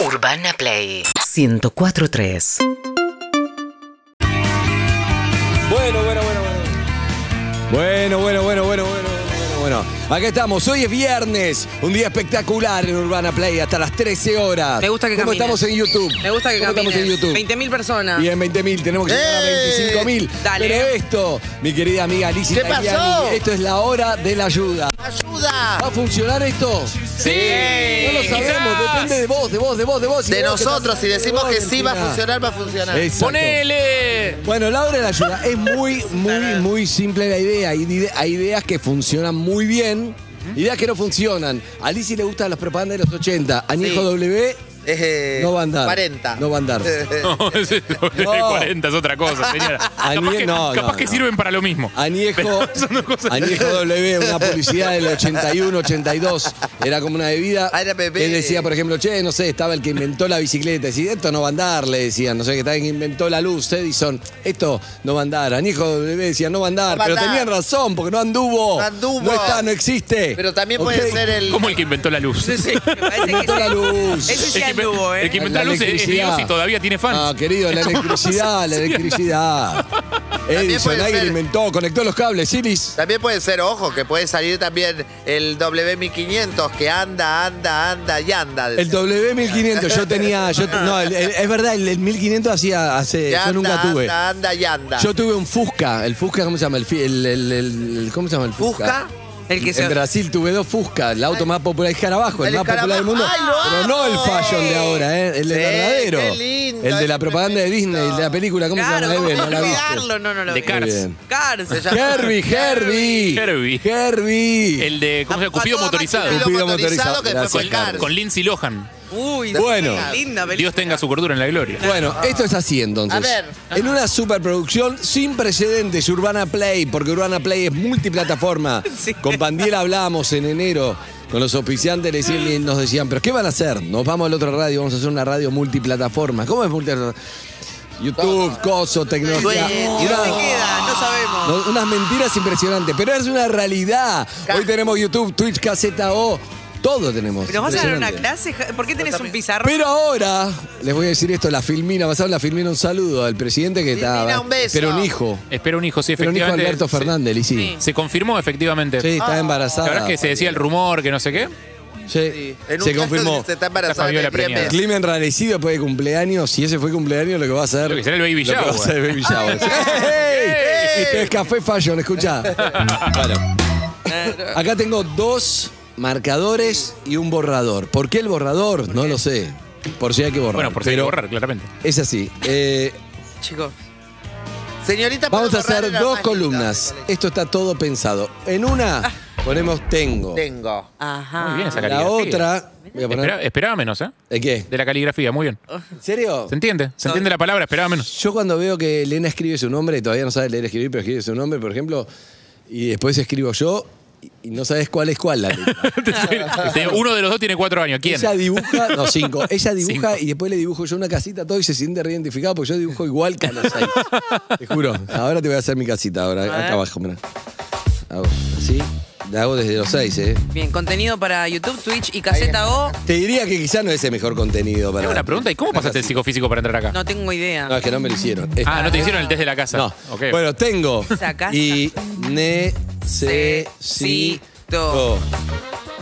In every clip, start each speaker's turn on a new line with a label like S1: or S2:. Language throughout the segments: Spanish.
S1: Urbana Play 1043.
S2: Bueno, bueno, bueno, bueno. Bueno, bueno, bueno, bueno, bueno, bueno, bueno. Acá estamos, hoy es viernes, un día espectacular en Urbana Play, hasta las 13 horas.
S3: Me gusta que
S2: ¿Cómo
S3: camines.
S2: estamos en YouTube?
S3: Me gusta que
S2: ¿Cómo
S3: camines.
S2: estamos en YouTube?
S3: 20.000 personas.
S2: Bien, 20.000, tenemos que llegar
S4: ¡Eh!
S2: a 25.000.
S3: Dale.
S2: Pero esto, mi querida amiga Alicia,
S4: ¿Qué pasó?
S2: Tagliani, esto es la hora de la ayuda.
S4: ¡Ayuda!
S2: ¿Va a funcionar esto?
S3: Sí.
S2: No lo sabemos, depende de vos, de vos, de vos, de vos. y
S4: De
S2: vos que
S4: nosotros,
S2: estás
S4: si decimos
S2: alrededor
S4: que
S2: del
S4: sí va a
S2: final.
S4: funcionar, va a funcionar.
S2: Exacto.
S3: ¡Ponele!
S2: Bueno, la obra de la ayuda es muy, muy, muy simple la idea. Hay, ide- hay ideas que funcionan muy bien, ideas que no funcionan. A Lizzy le gustan las propagandas de los 80. Añejo
S4: Sí.
S2: W
S4: Eh,
S2: no va a andar.
S4: 40.
S2: No va a andar.
S5: No, ese es doble
S2: No.
S5: 40 es otra cosa, señora.
S2: A
S5: capaz
S2: mí-
S5: que,
S2: no,
S5: capaz
S2: no,
S5: que
S2: no.
S5: sirven para lo mismo.
S2: Añejo,
S5: Pero son dos cosas
S2: Añejo W, una publicidad del 81, 82. Era como una bebida.
S4: Ah, era bebé.
S2: Él decía, por ejemplo, che, no sé, estaba el que inventó la bicicleta. Decía, esto no va a andar, le decían. No sé, que estaba el que inventó la luz, Edison. Esto no va a andar. Añejo W decía, no va a andar.
S4: No va a
S2: Pero
S4: andar.
S2: tenían razón, porque no anduvo.
S4: No anduvo.
S2: No está, no existe.
S4: Pero también puede
S2: Ok.
S4: ser el.
S5: Como el que inventó la luz.
S3: Me parece que
S2: Inventó la
S3: sí.
S2: luz.
S3: Ese sí
S5: El que inven-
S3: anduvo, ¿eh?
S5: el que inventó la, luz es- es Dios y todavía tiene fans.
S2: Ah, querido, la electricidad, la electricidad. Edison,
S4: puede
S2: alguien
S4: ser.
S2: inventó, conectó los cables, Siris.
S4: También puede ser, ojo, que puede salir también el W1500 que anda, anda, anda y anda.
S2: El W1500, yo tenía. Yo, te- no, el- el- es verdad, el, el 1500 hacía. Hace,
S4: Que
S2: yo
S4: anda,
S2: nunca tuve.
S4: Anda, anda y anda.
S2: Yo tuve un Fusca. ¿El Fusca cómo se llama? El, fi- el- el- el- ¿Cómo se llama el Fusca?
S4: ¿Fusca?
S3: El que se...
S2: En Brasil tuve dos Fusca, el auto más popular es Carabajo, el,
S4: El
S2: más popular del
S4: escarabajo.
S2: mundo.
S4: ¡Ay, lo
S2: pero no el
S4: amo!
S2: fashion de ahora, ¿eh? el del
S4: Sí,
S2: verdadero.
S4: qué lindo,
S2: el de la
S4: ese
S2: propaganda de
S4: perfecto.
S2: Disney, el de la película, ¿cómo
S3: Claro,
S2: se llama?
S3: ¿cómo
S2: Eve?
S3: no
S2: No la viste.
S3: olvidarlo? No, no lo
S5: De
S3: vi.
S5: Cars.
S2: bien.
S3: Cars. se llama.
S2: Herbie, Herbie.
S5: Herbie.
S2: Herbie.
S5: El de, ¿cómo se llama?
S4: A
S5: Cupido
S4: toda máquina,
S5: motorizado.
S4: lo
S2: Cupido motorizado,
S4: motorizado, que después
S2: gracias.
S4: fue
S5: Con,
S4: Cars.
S5: con Lindsay Lohan.
S3: Uy,
S2: Bueno.
S3: qué linda película.
S5: Dios tenga su cordura en la gloria.
S2: Bueno,
S3: Ah.
S2: esto es así entonces.
S4: A ver.
S2: En una superproducción sin precedentes, Urbana Play, porque Urbana Play es multiplataforma.
S3: Sí.
S2: Con Pandiela hablábamos en enero con los oficiantes, le decían- y nos decían, ¿pero qué van a hacer? Nos vamos a la otra radio, vamos a hacer una radio multiplataforma. ¿Cómo es multiplataforma? YouTube, coso, tecnología.
S4: Dueño.
S3: ¿Y dónde
S2: Una-
S3: queda? No sabemos.
S2: no, unas mentiras impresionantes, pero es una realidad.
S4: Ca-
S2: Hoy tenemos YouTube, Twitch, KZO, todo tenemos.
S3: ¿Nos vas a dar una
S2: Impresionante.
S3: clase? ¿Por qué tenés un pizarrón?
S2: Pero ahora, les voy a decir esto, la Filmina, pasaron la Filmina un saludo al presidente que
S4: Filmina,
S2: está...
S4: un beso.
S2: Pero un hijo.
S5: Espera un hijo, sí,
S2: Pero un hijo de
S5: efectivamente.
S2: Alberto
S5: se-
S2: Fernández, y sí.
S3: Sí.
S2: Sí,
S5: Se confirmó, efectivamente.
S4: Ah.
S2: está
S5: La
S2: embarazada.
S5: verdad es que se decía el rumor, que no sé qué.
S2: Sí,
S4: En un
S2: se
S4: caso
S2: confirmó.
S4: Se está embarazada
S5: Fabiola
S4: de 10
S5: Premiada.
S2: El
S4: meses.
S2: clima enrarecido después de cumpleaños, si ese fue cumpleaños, lo que va a ser.
S5: Lo que será el baby
S2: lo que va a
S5: shower.
S2: ser el baby shower. ¡Hey! Esto es Café Fashion, escuchá. Bueno. Acá tengo dos marcadores y un borrador. ¿Por qué el borrador? No lo sé. Por si hay que borrar.
S5: Bueno, por si hay que
S2: Pero
S5: borrar, claramente.
S2: Es así. Eh,
S3: Chicos,
S4: Señorita,
S2: Vamos a
S4: ¿puedo borrar
S2: hacer
S4: en la
S2: dos
S4: página?
S2: columnas. Esto está todo pensado. En una ponemos tengo. En
S4: Ah. Tengo.
S2: Ah.
S3: ajá.
S5: Muy bien esa
S2: la
S5: caligrafía.
S2: otra voy a poner.
S5: Espera- esperaba menos, ¿eh?
S2: ¿De qué?
S5: De la caligrafía, muy bien.
S4: Oh.
S2: ¿En serio?
S5: ¿Se entiende? ¿Se entiende la palabra? Esperaba menos.
S2: Yo cuando veo que Elena escribe su nombre, todavía no sabe leer escribir, pero escribe su nombre, por ejemplo, y después escribo yo y- y no sabes cuál es cuál la letra.
S5: Este, Uno de los dos tiene cuatro años. ¿Quién?
S2: Ella dibuja, no, cinco. Ella dibuja
S5: Cinco.
S2: y después le dibujo yo una casita todo y se siente reidentificado porque yo dibujo igual que a los seis. Te juro. Ahora te voy a hacer mi casita, ahora, eh.
S3: ver.
S2: acá abajo, mirá. Hago así. La hago desde los seis, ¿eh?
S3: Bien, contenido para YouTube, Twitch y Caseta O.
S2: Te diría que quizá no es el mejor contenido para.
S5: Tengo una pregunta. ¿Y cómo pasaste el psicofísico para entrar acá?
S3: No tengo idea.
S2: No, es que no me lo hicieron. Es-
S5: Ah, no te hicieron el test de la casa.
S2: No.
S5: Ok.
S2: Bueno, tengo.
S3: Sacás-
S2: Y ne se si
S3: Cito.
S2: to.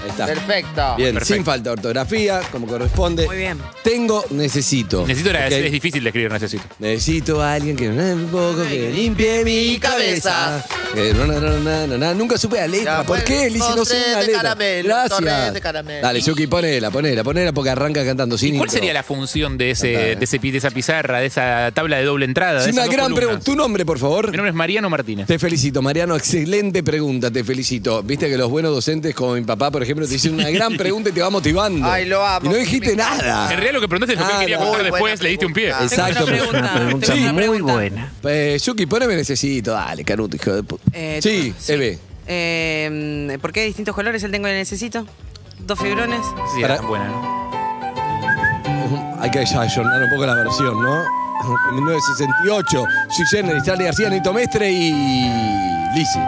S2: Ahí está.
S4: Ah, Perfecto.
S2: Bien,
S5: Perfecto.
S2: sin falta de ortografía, como corresponde.
S3: Muy bien.
S2: Tengo, necesito.
S5: Necesito era,
S2: Ok.
S5: es, es difícil de escribir, necesito.
S2: Necesito a alguien que me un poco, que limpie mi cabeza. Eh, no, no, no, no, no, no. Nunca supe la letra.
S4: Ya,
S2: ¿Por
S4: bueno,
S2: qué, Lizzy? No sé
S4: torres
S2: la
S4: de
S2: letra.
S4: caramelo,
S2: Gracias.
S4: torres de caramelo.
S2: Dale, Yuki, ponela, ponela, ponela porque arranca cantando sin
S5: ¿Y cuál
S2: intro.
S5: sería la función de, ese,
S2: Andá, eh.
S5: de, ese pi- de esa pizarra, de esa tabla de doble entrada? de
S2: Sí,
S5: esas
S2: una
S5: dos
S2: gran
S5: columnas?
S2: pregunta. ¿Tu nombre, por favor?
S5: Mi nombre es Mariano Martínez.
S2: Te felicito, Mariano. Excelente pregunta, te felicito. Viste que los buenos docentes, como mi papá, por ejemplo, te dicen una gran pregunta y te va motivando.
S4: Ay, lo amo.
S2: Y no dijiste
S4: Me
S2: nada.
S5: En realidad lo que preguntaste es lo que él
S2: Ah,
S5: quería
S2: no.
S5: contar
S4: Muy buena
S5: después, le diste un pie.
S4: pregunta.
S2: Exacto.
S3: Tengo una pregunta.
S6: pregunta
S3: tengo una
S6: muy
S3: pregunta.
S6: buena.
S2: Eh, Yuki, poneme necesito. Dale, Canuto, hijo de puta.
S3: Eh,
S2: sí,
S3: tú-
S2: Eve.
S3: Eh, ¿Por qué distintos colores el tengo y el necesito? Dos fibrones.
S5: Sí,
S2: Para-
S5: era tan buena, ¿no?
S2: Hay que ayornar un poco la versión, ¿no? 1968, Sui Generis, Charlie García, Nito Mestre y. Lizzy.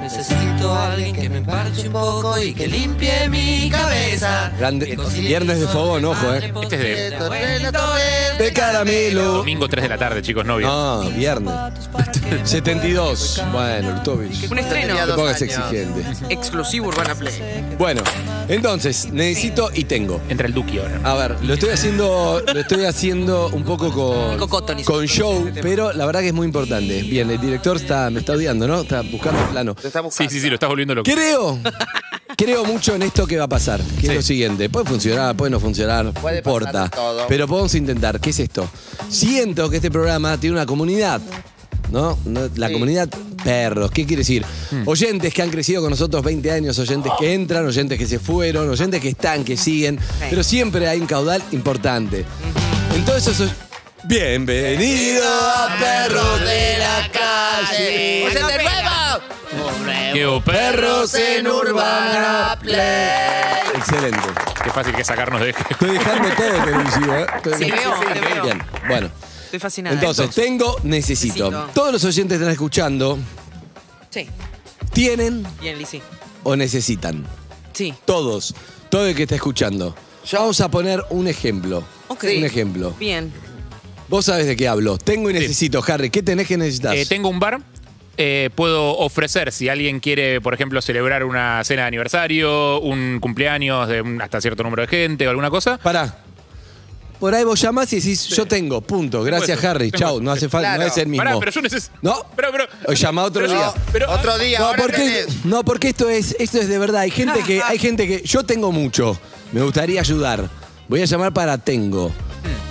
S3: Necesito a
S6: alguien que me parche un poco y que limpie mi cabeza.
S2: Grande-
S6: Que cocine
S2: Viernes de
S6: mi
S2: fogón,
S6: sopa,
S2: ojo, eh.
S6: reposte
S5: Este es
S6: de
S4: Torrelo,
S6: abuelito,
S4: torrelo.
S2: De caramelo.
S5: Domingo 3 de la tarde, chicos, novio.
S2: No, Ah, viernes. 72. Bueno, Lutovich.
S3: Un estreno.
S2: No te pongas
S4: Tenía dos años.
S2: exigente.
S3: Exclusivo Urbana Play.
S2: Bueno, entonces, necesito y tengo.
S5: Entra el Duki ahora.
S2: A ver, lo estoy haciendo, lo estoy haciendo un poco con,
S3: Cocoto, ni
S2: con
S3: siquiera
S2: show,
S3: este tema.
S2: pero la verdad que es muy importante. Bien, el director está, me está odiando, ¿no? Está buscando el plano.
S4: Te está
S5: Sí,
S4: buscando.
S5: sí, sí, lo estás volviendo loco.
S2: Creo, creo mucho en esto que va a pasar, que es
S5: Sí.
S2: lo siguiente. Puede funcionar, puede no funcionar, no
S4: Puede
S2: importa.
S4: pasar de todo.
S2: Pero podemos intentar, ¿qué es esto? Siento que este programa tiene una comunidad. ¿No? No, La
S4: Sí.
S2: comunidad perros. ¿Qué quiere decir?
S5: Hmm.
S2: Oyentes que han crecido con nosotros 20 años, oyentes que entran, oyentes que se fueron, oyentes que están, que siguen. Pero siempre hay un caudal importante. Entonces, eso es- bienvenido a Perros de la Calle.
S4: ¡Oye, de nuevo!
S5: Qué o
S2: Perros en Urbana Play. Excelente.
S5: Qué fácil que sacarnos de.
S2: Estoy dejando todo televisivo, ¿eh? Estoy-
S3: Sí, veo, te veo.
S2: Bien, bueno.
S3: Estoy fascinada.
S2: Entonces, tengo, necesito.
S3: Necesito.
S2: Todos los oyentes que están escuchando,
S3: Sí.
S2: ¿tienen
S3: Bien, Lizzy.
S2: o necesitan?
S3: Sí.
S2: Todos. Todo el que está escuchando. Vamos a poner un ejemplo.
S3: Ok.
S2: Un ejemplo.
S3: Bien.
S2: Vos sabés de qué hablo. Tengo y necesito, Harry. ¿Qué tenés que necesitas?
S5: Eh, tengo un bar. eh, puedo ofrecer, si alguien quiere, por ejemplo, celebrar una cena de aniversario, un cumpleaños de un- hasta cierto número de gente o alguna cosa.
S2: Pará. Por ahí vos llamás y decís, yo tengo, punto. Gracias,
S5: Bueno,
S2: Harry.
S5: tengo-
S2: Chau, no hace falta, no
S4: Claro.
S2: es el mismo.
S5: Pará, pero yo necesito.
S2: No.
S5: Pero, pero.
S2: O llama otro
S5: pero-
S2: día.
S5: pero-
S4: Otro día,
S2: No,
S4: ahora
S2: porque,
S4: tenés.
S2: no, porque esto es, esto es de verdad. Hay gente que, hay gente que. Yo tengo mucho. Me gustaría ayudar. Voy a llamar para tengo.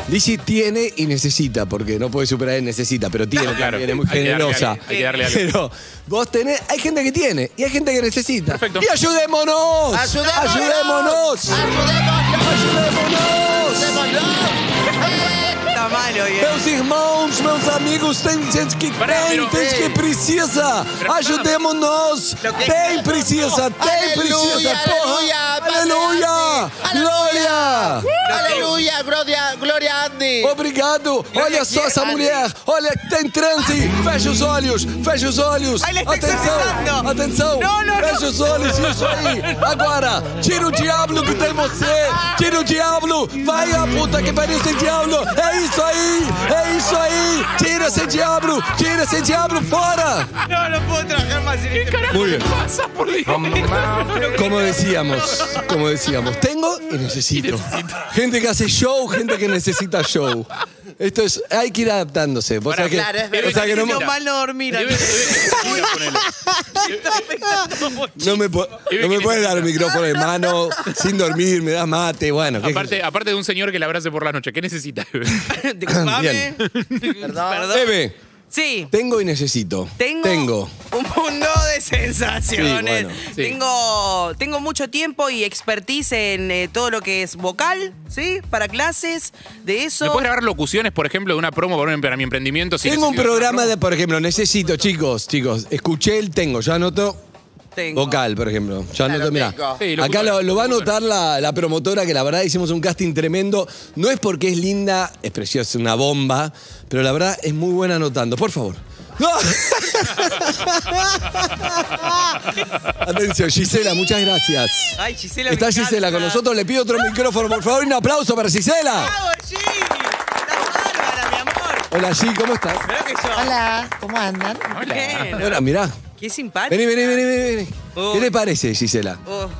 S2: Lizzy tiene y necesita, porque no puede superar el necesita, pero tiene,
S5: claro.
S2: también, es muy
S5: Hay que darle
S2: generosa.
S5: algo, hay que darle algo.
S2: Pero vos tenés, hay gente que tiene y hay gente que necesita.
S5: Perfecto.
S2: Y ayudémonos.
S4: ¡Ayudémonos!
S2: Ayudémonos. Ayudémonos.
S3: Está malo, bien.
S2: Meus irmãos, meus amigos, tem gente que
S5: Pará,
S2: tem,
S5: pero-
S2: tem gente que precisa.
S5: Pero-
S2: Ajudemos-nos. Tem precisa, tem precisa.
S4: Aleluia,
S2: Porra.
S4: aleluia,
S2: Aleluia. Glória.
S4: ¡Aleluya! ¡Gloria, Gloria Andy!
S2: Obrigado. Olha só essa
S4: Ale.
S2: mulher. Olha, tem transe. Fecha os olhos. Fecha os olhos.
S3: Ai, ele tá
S2: Atenção.
S3: exorcizando.
S2: Atenção.
S3: Não, não,
S2: Fecha
S3: não.
S2: os olhos. Isso aí. Agora, tira o diabo que tem em você. Tira o diabo. Vai a puta que pariu esse diabo. É isso aí. É isso aí. Tira esse diabo. Tira esse diabo fora.
S3: No, no puedo trabajar más en este
S2: Muy bien.
S5: Pasa por Dios.
S2: Como decíamos, como decíamos, tengo y necesito. Gente que hace show, gente que necesita show. Esto es, hay que ir adaptándose. O sea que,
S4: claro, es
S2: o
S4: verdad.
S2: sea que no, me-
S3: No, mal no dormir.
S5: Debe-
S3: acá.
S5: debe- ponele.
S2: no me, po- no me puedes dar el micrófono
S3: "Ah".
S2: en mano sin dormir, me das mate, bueno. qué-
S5: Aparte, aparte de un señor que la abrace por la noche, ¿qué necesita?
S3: Disculpame. Perdón.
S2: Eve,
S3: Sí.
S2: tengo y necesito.
S3: Tengo,
S2: Tengo.
S3: un mundo de sensaciones.
S2: Sí, bueno,
S5: sí.
S3: tengo, tengo mucho tiempo y expertise en eh, todo lo que es vocal, ¿sí? Para clases, de eso.
S5: ¿Me puedes grabar locuciones, por ejemplo, de una promo para, un- para mi emprendimiento? si
S2: tengo un
S5: necesito hacer una
S2: programa
S5: promo?
S2: de, por ejemplo, necesito, chicos, chicos, escuché el tengo, yo anoto
S3: Tengo.
S2: vocal, por ejemplo. Yo
S4: Claro,
S2: anoto, mirá.
S4: tengo.
S5: Sí,
S2: Acá lo, lo va a
S5: locutor.
S2: notar la, la promotora, que la verdad hicimos un casting tremendo. No es porque es linda, es preciosa, es una bomba, pero la verdad es muy buena anotando. Por favor. ¡No! Atención, Gisela, muchas gracias.
S3: Ay, Gisela. me
S2: Está
S3: encanta.
S2: Gisela con nosotros. Le pido otro micrófono, por favor. Un aplauso para Gisela.
S3: ¡Bravo, Gigi! ¡Estás bárbara, mi amor!
S2: Hola, G, ¿cómo estás?
S3: Mirá que sos.
S6: Hola, ¿cómo andan?
S3: Bien.
S2: Hola, mirá.
S3: Qué simpático.
S2: Vení, vení, vení, vení. vení.
S3: Oh.
S2: ¿Qué le parece, Gisela?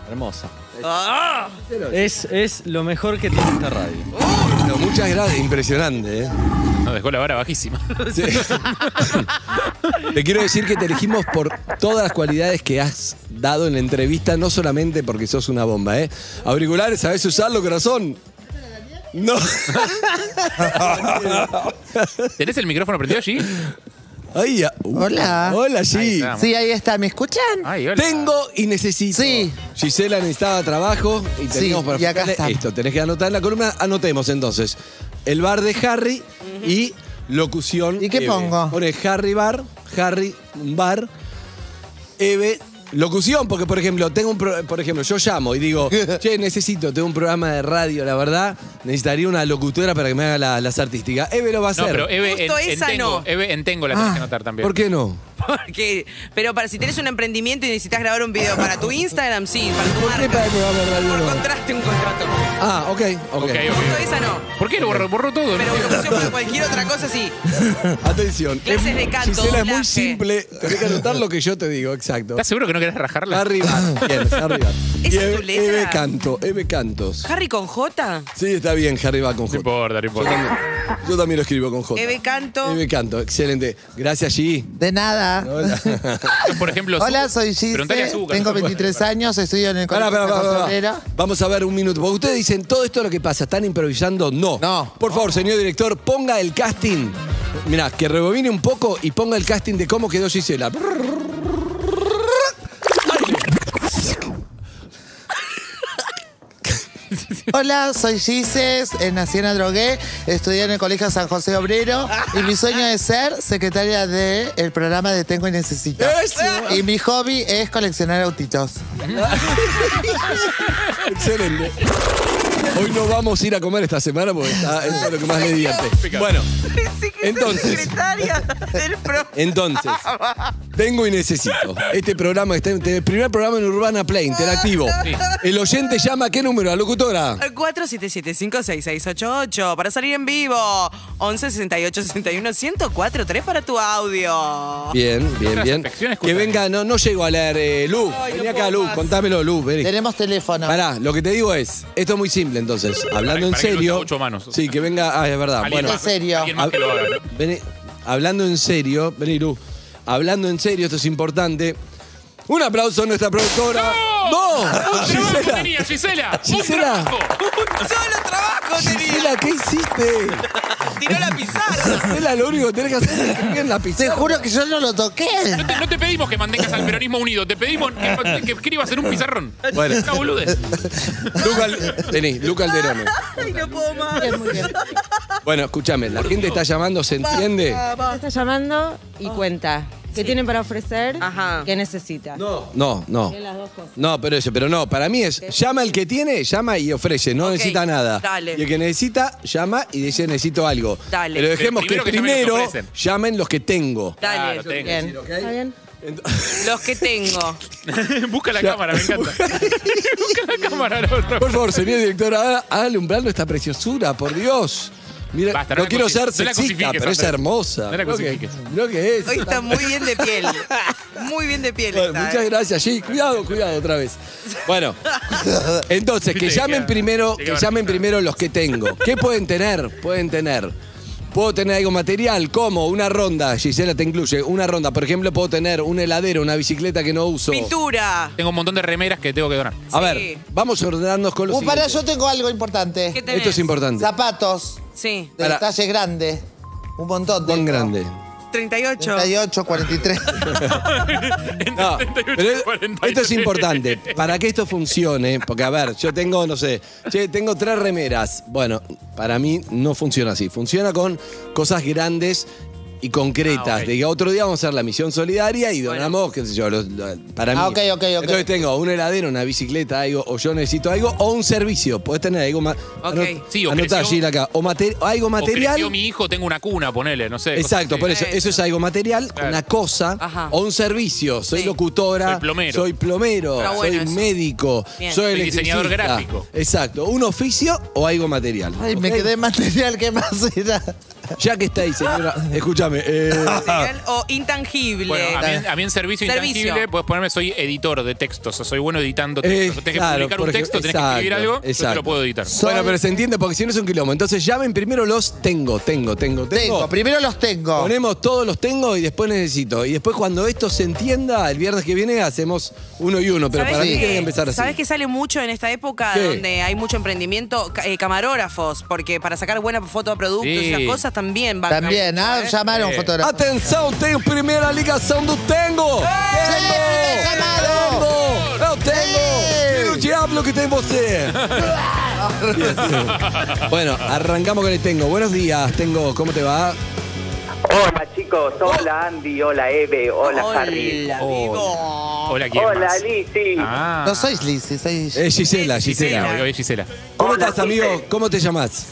S7: Hermosa.
S3: Ah,
S7: Es, es lo mejor que tiene esta radio.
S2: Bueno, muchas gracias. Impresionante, ¿eh?
S5: Nos dejó la vara bajísima.
S2: Sí. Te quiero decir que te elegimos por todas las cualidades que has dado en la entrevista, no solamente porque sos una bomba, ¿eh? Auriculares, ¿sabés usarlo, corazón? No.
S5: ¿Tenés el micrófono prendido allí?
S2: Ay, ya. Uh.
S6: Hola.
S2: Hola,
S5: Ahí
S2: sí.
S5: está.
S6: Sí, ahí está, ¿me escuchan?
S5: Ay, hola.
S2: Tengo y necesito.
S6: Sí.
S2: Gisela necesitaba trabajo y teníamos para
S6: y acá
S2: ofrecerle
S6: está.
S2: esto. Tenés que anotar en la columna. Anotemos entonces. El bar de Harry y locución.
S6: ¿Y qué
S2: Eve.
S6: pongo?
S2: Pone Harry bar, Harry un bar, Eve. Locución, porque por ejemplo, tengo un pro- por ejemplo, yo llamo y digo, che, necesito, tengo un programa de radio, la verdad, necesitaría una locutora para que me haga la- las artísticas. Eve lo va a Ah, hacer.
S5: No, pero Eve, en,
S3: Justo
S5: en
S3: esa
S5: tengo,
S3: no.
S5: Eve en tengo la tenés que anotar también.
S2: ¿Por qué no?
S3: Porque- pero para si tenés un emprendimiento y necesitas grabar un video para tu Instagram, sí, para tu
S2: ¿Por qué para
S3: marca.
S2: el programa de radio
S3: Por
S2: no?
S3: contraste un contrato.
S2: Ah, ok, ok.
S5: Ok, ok.
S3: Justo esa no.
S5: ¿Por qué lo borró, borró todo?
S3: Pero locución para cualquier otra cosa sí.
S2: Atención.
S3: Clases de canto,
S2: Gisela, es muy
S3: doblaje.
S2: simple. Tenés que anotar lo que yo te digo, exacto.
S5: ¿Estás seguro que no querés rajarla?
S2: Arriba. Bien, arriba.
S3: ¿Esa es
S2: Y Eve-
S3: tu letra?
S2: Eve Canto, Eve Cantos.
S3: Harry con J.
S2: Sí, está bien, Harry va con
S5: No
S2: J.
S5: importa, no
S2: Yo también,
S5: importa.
S2: yo también lo escribo con J.
S3: Eve Canto.
S2: Eve Canto, excelente. Gracias, G.
S4: De nada.
S5: Por ejemplo,
S4: Hola,
S5: Zuc-
S4: soy
S5: Preguntale a
S4: Gise,
S5: Zucca.
S4: tengo 23 años, estudio en el
S2: Pará, pará,
S4: Colegio
S2: pará, pará.
S4: Santa Obrera.
S2: Vamos a ver un minuto. Porque ustedes dicen todo esto lo que pasa. ¿Están improvisando? No.
S4: No.
S2: Por favor, señor director, ponga el casting. Mirá, que rebobine un poco y ponga el casting de cómo quedó Gisela.
S4: Hola, soy Gises, eh, nací en Adrogué, estudié en el Colegio San José Obrero y mi sueño es ser secretaria del el programa de Tengo y Necesito.
S2: ¡Eso!
S4: Y mi hobby es coleccionar autitos.
S2: Excelente. Hoy no vamos a ir a comer esta semana porque está, eso es lo que más le divierte. Bueno,
S3: Pensé que
S2: Entonces.
S3: Entonces. secretaria del pro.
S2: entonces, tengo y necesito. Este programa está en el primer programa en Urbana Play, interactivo. El oyente llama a qué número, a locutora.
S3: Al 47756688 para salir en vivo. 11 68 61 1043 para tu audio.
S2: Bien, bien, bien.
S5: afecciones
S2: Que venga, no, no llego a leer, eh, Lu.
S3: Ay, no
S2: Vení acá,
S3: puedo
S2: Lu,
S3: más.
S2: contámelo, Lu, vení.
S4: Tenemos teléfono.
S2: Pará, lo que te digo es, esto es muy simple entonces, hablando en
S5: para que lo
S2: serio.
S5: use ocho manos.
S2: Sí, que venga, ah, es verdad.
S5: alguien
S2: Bueno,
S5: más-
S4: en serio.
S5: alguien más que lo haga.
S2: Vení, hablando en serio, vení Lu, hablando en serio, esto es importante. Un aplauso a nuestra productora. ¡No!
S5: ¡Un trabajo
S2: Ah, Gisela,
S5: tenía, Gisela! ¡Un
S2: Gisela.
S5: trabajo!
S3: ¡Un solo trabajo tenía!
S2: Gisela, ¿qué hiciste?
S3: ¡Tiró la pizarra!
S2: Gisela, lo único que tenés que hacer es escribir en la
S4: Te
S2: pizarra.
S4: juro que yo no lo toqué.
S5: No te, no te pedimos que mantengas al peronismo unido, te pedimos que, que escribas en un pizarrón.
S2: Bueno.
S5: Está boludez.
S2: Luca, vení, Lu Calderone.
S3: ¡Ay, no puedo más!
S2: Bueno, escúchame, la gente está llamando, ¿se entiende?
S8: Está llamando
S2: Ah.
S8: y cuenta. ¿Qué tienen para ofrecer?
S3: Ajá.
S8: ¿Qué necesita?
S2: No, no, no.
S8: Tiene las dos cosas.
S2: No, pero eso, pero no, para mí es llama el que tiene, llama y ofrece, no
S3: Ok,
S2: necesita nada.
S3: dale.
S2: Y el que necesita, llama y dice necesito algo.
S3: Dale.
S2: Pero dejemos
S5: Pero primero
S2: que
S5: que llamen los que
S2: primero
S5: ofrecen.
S2: llamen los que tengo.
S3: Dale,
S5: Claro, tengo.
S8: Bien. ¿Está bien?
S3: los que tengo.
S5: Busca la
S2: Ya.
S5: cámara, me encanta. Busca la cámara, no, no.
S2: Por favor, señor director, haga- hágale un plano a esta preciosura, por Dios. Mira,
S5: Basta, no
S2: no
S5: la
S2: quiero
S5: cruci-
S2: ser
S5: no la
S2: sexista,
S5: crucifiques,
S2: pero es
S5: Andrés.
S2: hermosa.
S5: No la
S2: Mirá que-
S5: crucifiques.
S2: mirá que es.
S3: Hoy está muy bien de piel. Muy bien de piel.
S2: Bueno,
S3: está,
S2: muchas
S3: eh.
S2: gracias, sí. Cuidado, cuidado otra vez. Bueno, entonces, que
S5: Viste,
S2: llamen
S5: queda-
S2: primero,
S5: te
S2: que
S5: queda
S2: llamen
S5: bastante.
S2: primero los que tengo. ¿Qué pueden tener? Pueden tener. Puedo tener algo material, como una ronda, Gisela te incluye, una ronda. Por ejemplo, puedo tener un heladero, una bicicleta que no uso.
S3: Pintura.
S5: Tengo un montón de remeras que tengo que donar.
S2: A ver,
S3: Sí.
S2: vamos a ordenarnos con los.
S4: Uh, pará, yo
S2: siguientes.
S4: tengo algo importante.
S3: ¿Qué tenés?
S2: Esto es importante.
S4: Zapatos
S3: Sí.
S4: de
S2: Pará.
S4: talle grande. Un montón.
S2: Juan
S4: tengo.
S2: grande.
S3: 38.
S4: 38, 43.
S2: No, pero es-
S5: 38,
S2: esto es importante. Para que esto funcione, porque a ver, yo tengo, no sé, che, tengo tres remeras. Bueno, para mí no funciona así. Funciona con cosas grandes y concretas.
S5: Ah, ok.
S2: De que otro día vamos a hacer la misión solidaria y donamos, qué sé yo, los- los- para mí.
S4: Ah, ok, ok, ok.
S2: Entonces tengo un heladero, una bicicleta, algo, o yo necesito algo, o un servicio. Podés tener algo más.
S5: Sí, o
S2: Anotá,
S5: creció-
S2: Gil, acá. O mate- algo
S5: O
S2: material.
S5: creció mi hijo, tengo una cuna, ponele, no sé. cosas
S2: Exacto,
S5: así.
S2: por eso.
S3: Eh,
S2: Eso es algo material,
S5: Claro.
S2: una cosa
S3: Ajá.
S2: o un servicio. Soy
S3: Sí.
S2: locutora,
S5: Soy plomero.
S2: soy, plomero,
S3: Está bueno
S2: soy
S3: eso.
S2: médico,
S3: Bien.
S2: soy
S5: Soy diseñador
S2: electricista.
S5: gráfico.
S2: Exacto, un oficio o algo material.
S4: Ay, me
S2: ¿ok?
S4: quedé en material, ¿qué más era?
S2: Ya que está ahí, señora, escúchame. eh,
S3: Material O intangible.
S5: Bueno, a mí, a mí en servicio,
S3: Servicio.
S5: intangible puedes ponerme, soy editor de textos, o soy bueno editando
S2: Eh,
S5: textos. tenés
S2: claro,
S5: que publicar un
S2: por ejemplo,
S5: texto, tenés
S2: exacto,
S5: que escribir algo, yo te
S2: exacto.
S5: lo puedo editar.
S2: bueno, pero se entiende porque si no es un quilombo. Entonces llamen primero los tengo, tengo, tengo, tengo.
S4: Tengo, primero los tengo.
S2: Ponemos todos los tengo y después necesito. Y después cuando esto se entienda, el viernes que viene hacemos uno y uno. Pero
S3: ¿Sabés
S2: para mí
S3: qué?
S2: tiene que empezar así.
S3: ¿Sabés que sale mucho en esta época
S2: ¿Qué?
S3: donde hay mucho emprendimiento? Ca- eh, camarógrafos, porque para sacar buena foto de productos
S5: Sí.
S3: y esas cosas también van
S4: También, ah,
S3: ¿Eh?
S4: llamaron fotógrafo.
S2: Atenção, tenho primeira ligação do Tengo!
S4: Sim, chamado!
S2: Tengo! Eu tengo!
S4: Sim.
S2: Tira o diablo que tem você! bueno, arrancamos con el Tengo. Buenos días, Tengo, ¿cómo te va?
S9: Hola chicos, hola Andy, hola Eve, hola,
S3: Hola,
S9: Harry.
S3: amigo.
S5: Hola, ¿quién
S9: Hola
S5: más?
S9: Lizzy.
S5: Ah.
S4: No soy Lizzy, soy
S2: Es
S5: Gisela,
S2: Gisela, Gisela.
S5: hoy- hoy Gisela.
S2: ¿Cómo
S9: Hola,
S2: estás, amigo?
S9: Gisela.
S2: ¿Cómo te llamas?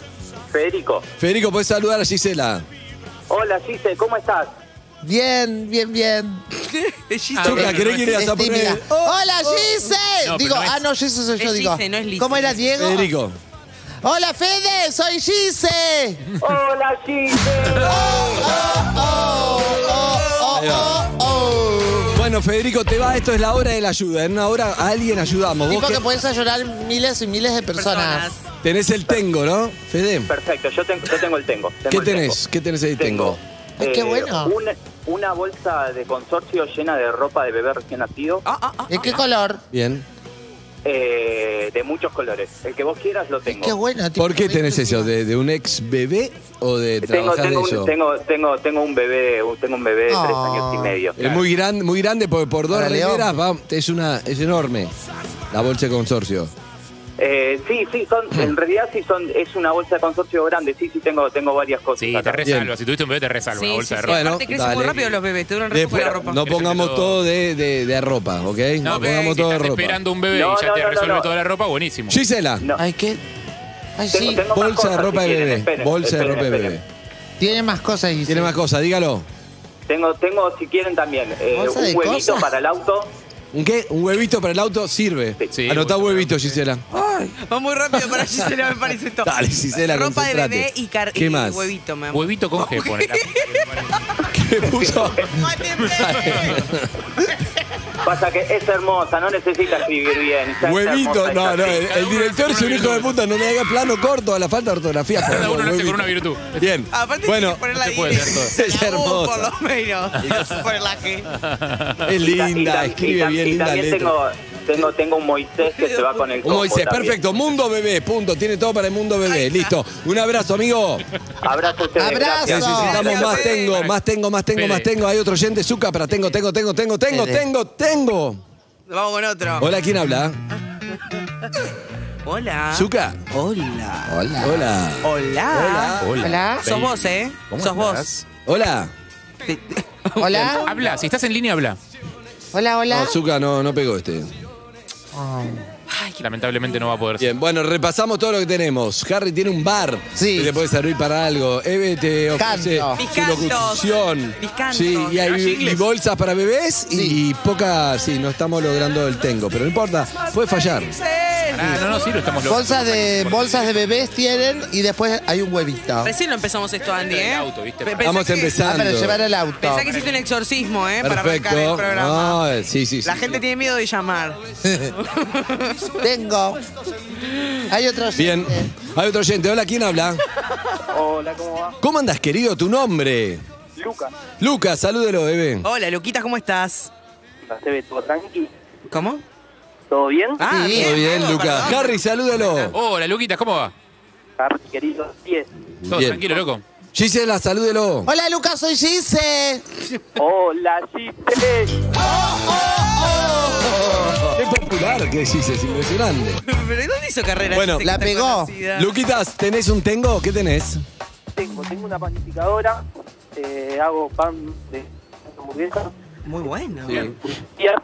S9: Federico.
S2: Federico, ¿puedes saludar a Gisela?
S9: Hola Gise, ¿cómo estás?
S4: Bien, bien, bien.
S3: Gise.
S2: Choca,
S5: pero
S2: ¿querés que ir a
S4: Es
S2: San
S4: tímida.
S2: Poner- Oh,
S4: ¡Hola, Gise!
S5: No, pero
S4: digo,
S5: no es-
S4: ah, no, Gise soy yo,
S3: Es
S4: digo.
S3: Gise, no es Lice.
S4: ¿Cómo era Diego?
S2: Federico.
S4: ¡Hola, Fede! ¡Soy Gise!
S9: Hola, Gise.
S4: Oh,
S2: Ahí va.
S4: Oh.
S2: Bueno, Federico, te va. Esto es la hora de la ayuda. En una hora a alguien ayudamos. Vos
S4: Tipo que
S2: que
S4: puedes ayudar miles y miles de personas.
S2: tenés el tengo, ¿no? Fede,
S9: Perfecto, yo tengo, yo tengo el tengo. tengo
S2: ¿qué
S9: el tengo.
S2: tenés? ¿Qué tenés ahí tengo?
S4: Ay, qué bueno.
S9: Eh, Una, una bolsa de consorcio llena de ropa de bebé recién nacido,
S3: Ah, ah, ah.
S4: ¿De qué color?
S2: Bien.
S9: eh, de muchos colores. El que vos quieras lo tengo.
S4: Qué bueno. tipo,
S2: ¿Por qué tenés
S4: viste,
S2: eso?
S4: tipo-
S2: ¿De, de un ex bebé o de
S9: Tengo,
S2: trabajar
S9: tengo,
S2: de eso?
S9: un, tengo, tengo, tengo un bebé, un- tengo un bebé de tres
S4: Ah.
S9: años y medio.
S2: Es muy grande, muy grande porque por dos
S4: Para León.
S2: remeras va- es una es enorme la bolsa de consorcio.
S9: Eh, sí, sí, son,
S5: Mm.
S9: en realidad sí son, es una bolsa de consorcio grande, sí, sí tengo, tengo varias cosas.
S5: Sí, te
S9: acá.
S5: resalva.
S2: Bien.
S5: Si tuviste un bebé, te resalva.
S3: Sí,
S5: una bolsa
S3: sí,
S5: de
S3: sí.
S5: ropa.
S2: Bueno,
S3: Aparte crecen
S2: dale.
S3: muy rápido los bebés, te duran re poco
S2: Después,
S3: la ropa.
S2: no
S5: Eso que
S2: pongamos
S5: todo-
S2: todo de, de, de ropa, ¿ok? No,
S5: ok,
S2: pongamos
S5: si
S2: todo de
S5: estás
S2: ropa.
S5: esperando un
S9: No,
S5: bebé y ya
S9: no,
S5: te
S9: no, no,
S5: resuelve
S9: no.
S5: toda la ropa, buenísimo.
S2: Gisela,
S9: No.
S4: Ay, qué.
S9: Tengo-
S4: Ay, sí.
S9: tengo más
S2: bolsa de
S9: cosas,
S2: ropa
S9: si
S2: de
S9: quieren,
S2: bebé.
S9: esperen,
S2: bolsa de
S9: esperen,
S2: ropa de
S9: esperen.
S2: bebé.
S4: Tiene más cosas, Gise.
S2: Tiene más cosas, dígalo.
S9: Tengo, tengo, si quieren también, eh,
S4: ¿Bolsa
S9: un
S4: de
S9: huevito
S4: cosas?
S9: para el auto.
S2: ¿Un qué? ¿Un huevito para el auto? Sirve.
S5: Sí,
S2: Anotá
S5: bolsa
S2: huevito, Gisela.
S3: Va muy rápido para Gisela, me parece esto.
S2: Dale, Gisela,
S3: Ropa de
S2: concentrate.
S3: bebé y, car-
S2: ¿Qué
S3: y
S2: más?
S3: huevito, me amor.
S5: Huevito con G, pone.
S2: ¿Qué puso?
S9: Pasa que es hermosa, no necesita escribir bien. ya es hermosa,
S2: Huevito,
S9: ya
S2: no, no,
S9: sí.
S2: el, el director es un hijo de puta, no le haga plano corto a la falta de ortografía. por
S5: Cada
S2: favor,
S5: uno lo hace con
S2: huevito.
S5: una virtud.
S2: Bien.
S3: Aparte tiene
S2: Bueno,
S3: que poner la
S5: no se puede
S3: I,
S5: leer todo.
S2: Es
S3: la U, por
S2: hermosa.
S3: lo menos. Y no se pone la G.
S9: Y
S2: es
S9: ta- y
S2: linda,
S9: tam- y
S2: escribe
S9: tam-
S2: bien,
S9: y
S2: linda
S9: también
S2: letra.
S9: tengo, tengo, tengo un Moisés que se va con el
S2: Un
S9: combo
S2: Moisés,
S9: también.
S2: perfecto. Mundo bebé, punto. Tiene todo para el mundo bebé. Listo. Un abrazo, amigo.
S9: Abrazo a ustedes,
S4: Abrazo.
S9: gracias.
S2: Necesitamos
S3: Gracias,
S2: más,
S3: Fede.
S2: tengo, más tengo, más tengo,
S5: Fede.
S2: más tengo. Hay otro oyente, Zucca, para tengo, tengo, tengo, tengo, tengo,
S4: Fede.
S2: tengo, tengo.
S3: Vamos con otro.
S2: Hola, ¿quién habla?
S3: Hola.
S2: Zucca.
S3: Ah. Hola.
S2: Hola. Hola. Ah,
S3: Hola.
S4: Hola.
S3: Sos vos, ¿eh? Sos vos.
S2: Hola.
S4: Hola.
S5: Habla, si estás en línea, habla.
S4: Hola, hola.
S2: No, Zucca no, no pegó este.
S5: Lamentablemente no va a poder ser.
S2: Bien, bueno, repasamos todo lo que tenemos. Harry tiene un bar
S4: Sí.
S2: que te puede servir para algo. Eve te ofrece
S4: Canto.
S2: su
S3: Mis cantos.
S2: locución.
S3: Mis cantos.
S2: Sí, y hay
S5: Hace inglés.
S2: y bolsas para bebés y, poca, sí, no estamos logrando el tengo, pero no importa, puede fallar.
S5: Ah, no, no, sí, lo estamos logrando.
S4: Bolsas de, bolsas de bebés tienen y después hay un huevito.
S3: Ah, Recién lo empezamos esto, Andy,
S5: Del
S3: ¿eh?
S5: auto, ¿viste?
S3: Pe- pensé
S2: Vamos
S3: que-
S4: Ah,
S2: empezando.
S4: para llevar el auto.
S3: Pensá que hiciste un exorcismo, ¿eh? Para arrancar el
S2: Perfecto.
S3: programa.
S2: No, eh, sí, sí, sí.
S3: La gente tiene miedo de llamar.
S4: Tengo. Hay otro.
S2: Bien. Hay otro oyente. Hola, ¿quién habla?
S9: Hola, ¿cómo va?
S2: ¿Cómo andas, querido? ¿Tu nombre?
S9: Lucas,
S2: Lucas, salúdelo, bebé.
S5: Oh,
S3: Hola, Luquita, ¿cómo estás?
S9: ¿te ves todo tranqui?
S3: ¿Cómo?
S9: ¿Todo bien?
S3: Ah,
S2: Todo bien,
S3: Diego,
S2: Lucas.
S3: perdón.
S2: Harry, salúdelo.
S5: Hola, Luquitas, ¿cómo va?
S9: Harry, querido, 10.
S5: Todo
S2: Bien.
S5: tranquilo, loco.
S2: Gisela, salúdelo.
S4: Hola, Lucas, soy Gise.
S9: Hola, Gise.
S2: Qué popular que decís, es impresionante.
S3: ¿Pero dónde hizo carrera?
S2: Bueno,
S3: Dice que
S4: la
S3: está
S4: pegó.
S3: conocida.
S2: Luquitas, ¿tenés un tengo? ¿Qué tenés?
S9: Tengo, tengo una panificadora, eh, hago pan de hamburguesa,
S3: Muy bueno.
S9: tortillas,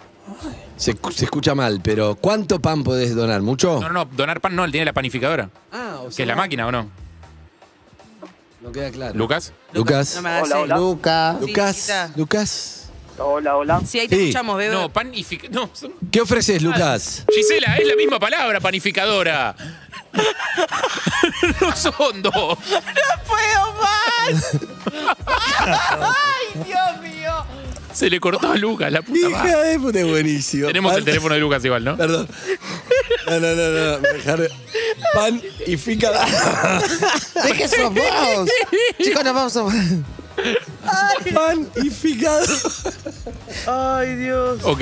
S2: Se, escu- se escucha mal, pero ¿cuánto pan podés donar? ¿Mucho?
S5: No, no, no, donar pan no, él tiene la panificadora.
S2: Ah, o
S5: Que es la máquina, ¿o no?
S2: No queda claro.
S5: Lucas.
S2: Lucas.
S3: No me hagas
S9: Hola,
S3: el-
S9: hola.
S2: Lucas.
S4: Lucas.
S3: Luquita.
S2: Lucas.
S9: Hola, hola.
S3: Sí, ahí te
S2: Sí.
S3: escuchamos, bebé.
S5: No, panific... No, son-
S2: ¿Qué ofreces, Lucas?
S5: Gisela, es la misma palabra, panificadora. no son dos.
S3: ¡No puedo más! ¡Ay, Dios mío!
S5: Se le cortó a Lucas, la puta madre.
S2: Hija de puta, es buenísimo.
S5: Tenemos el
S2: Pan-
S5: teléfono de Lucas igual, ¿no?
S2: Perdón. No, no, no, no. no, dejar- Pan y fica.
S4: ¿De qué sos vos? Chicos, nos vamos a.
S2: Pan y ficado.
S3: ¡Ay, Dios!
S5: Ok.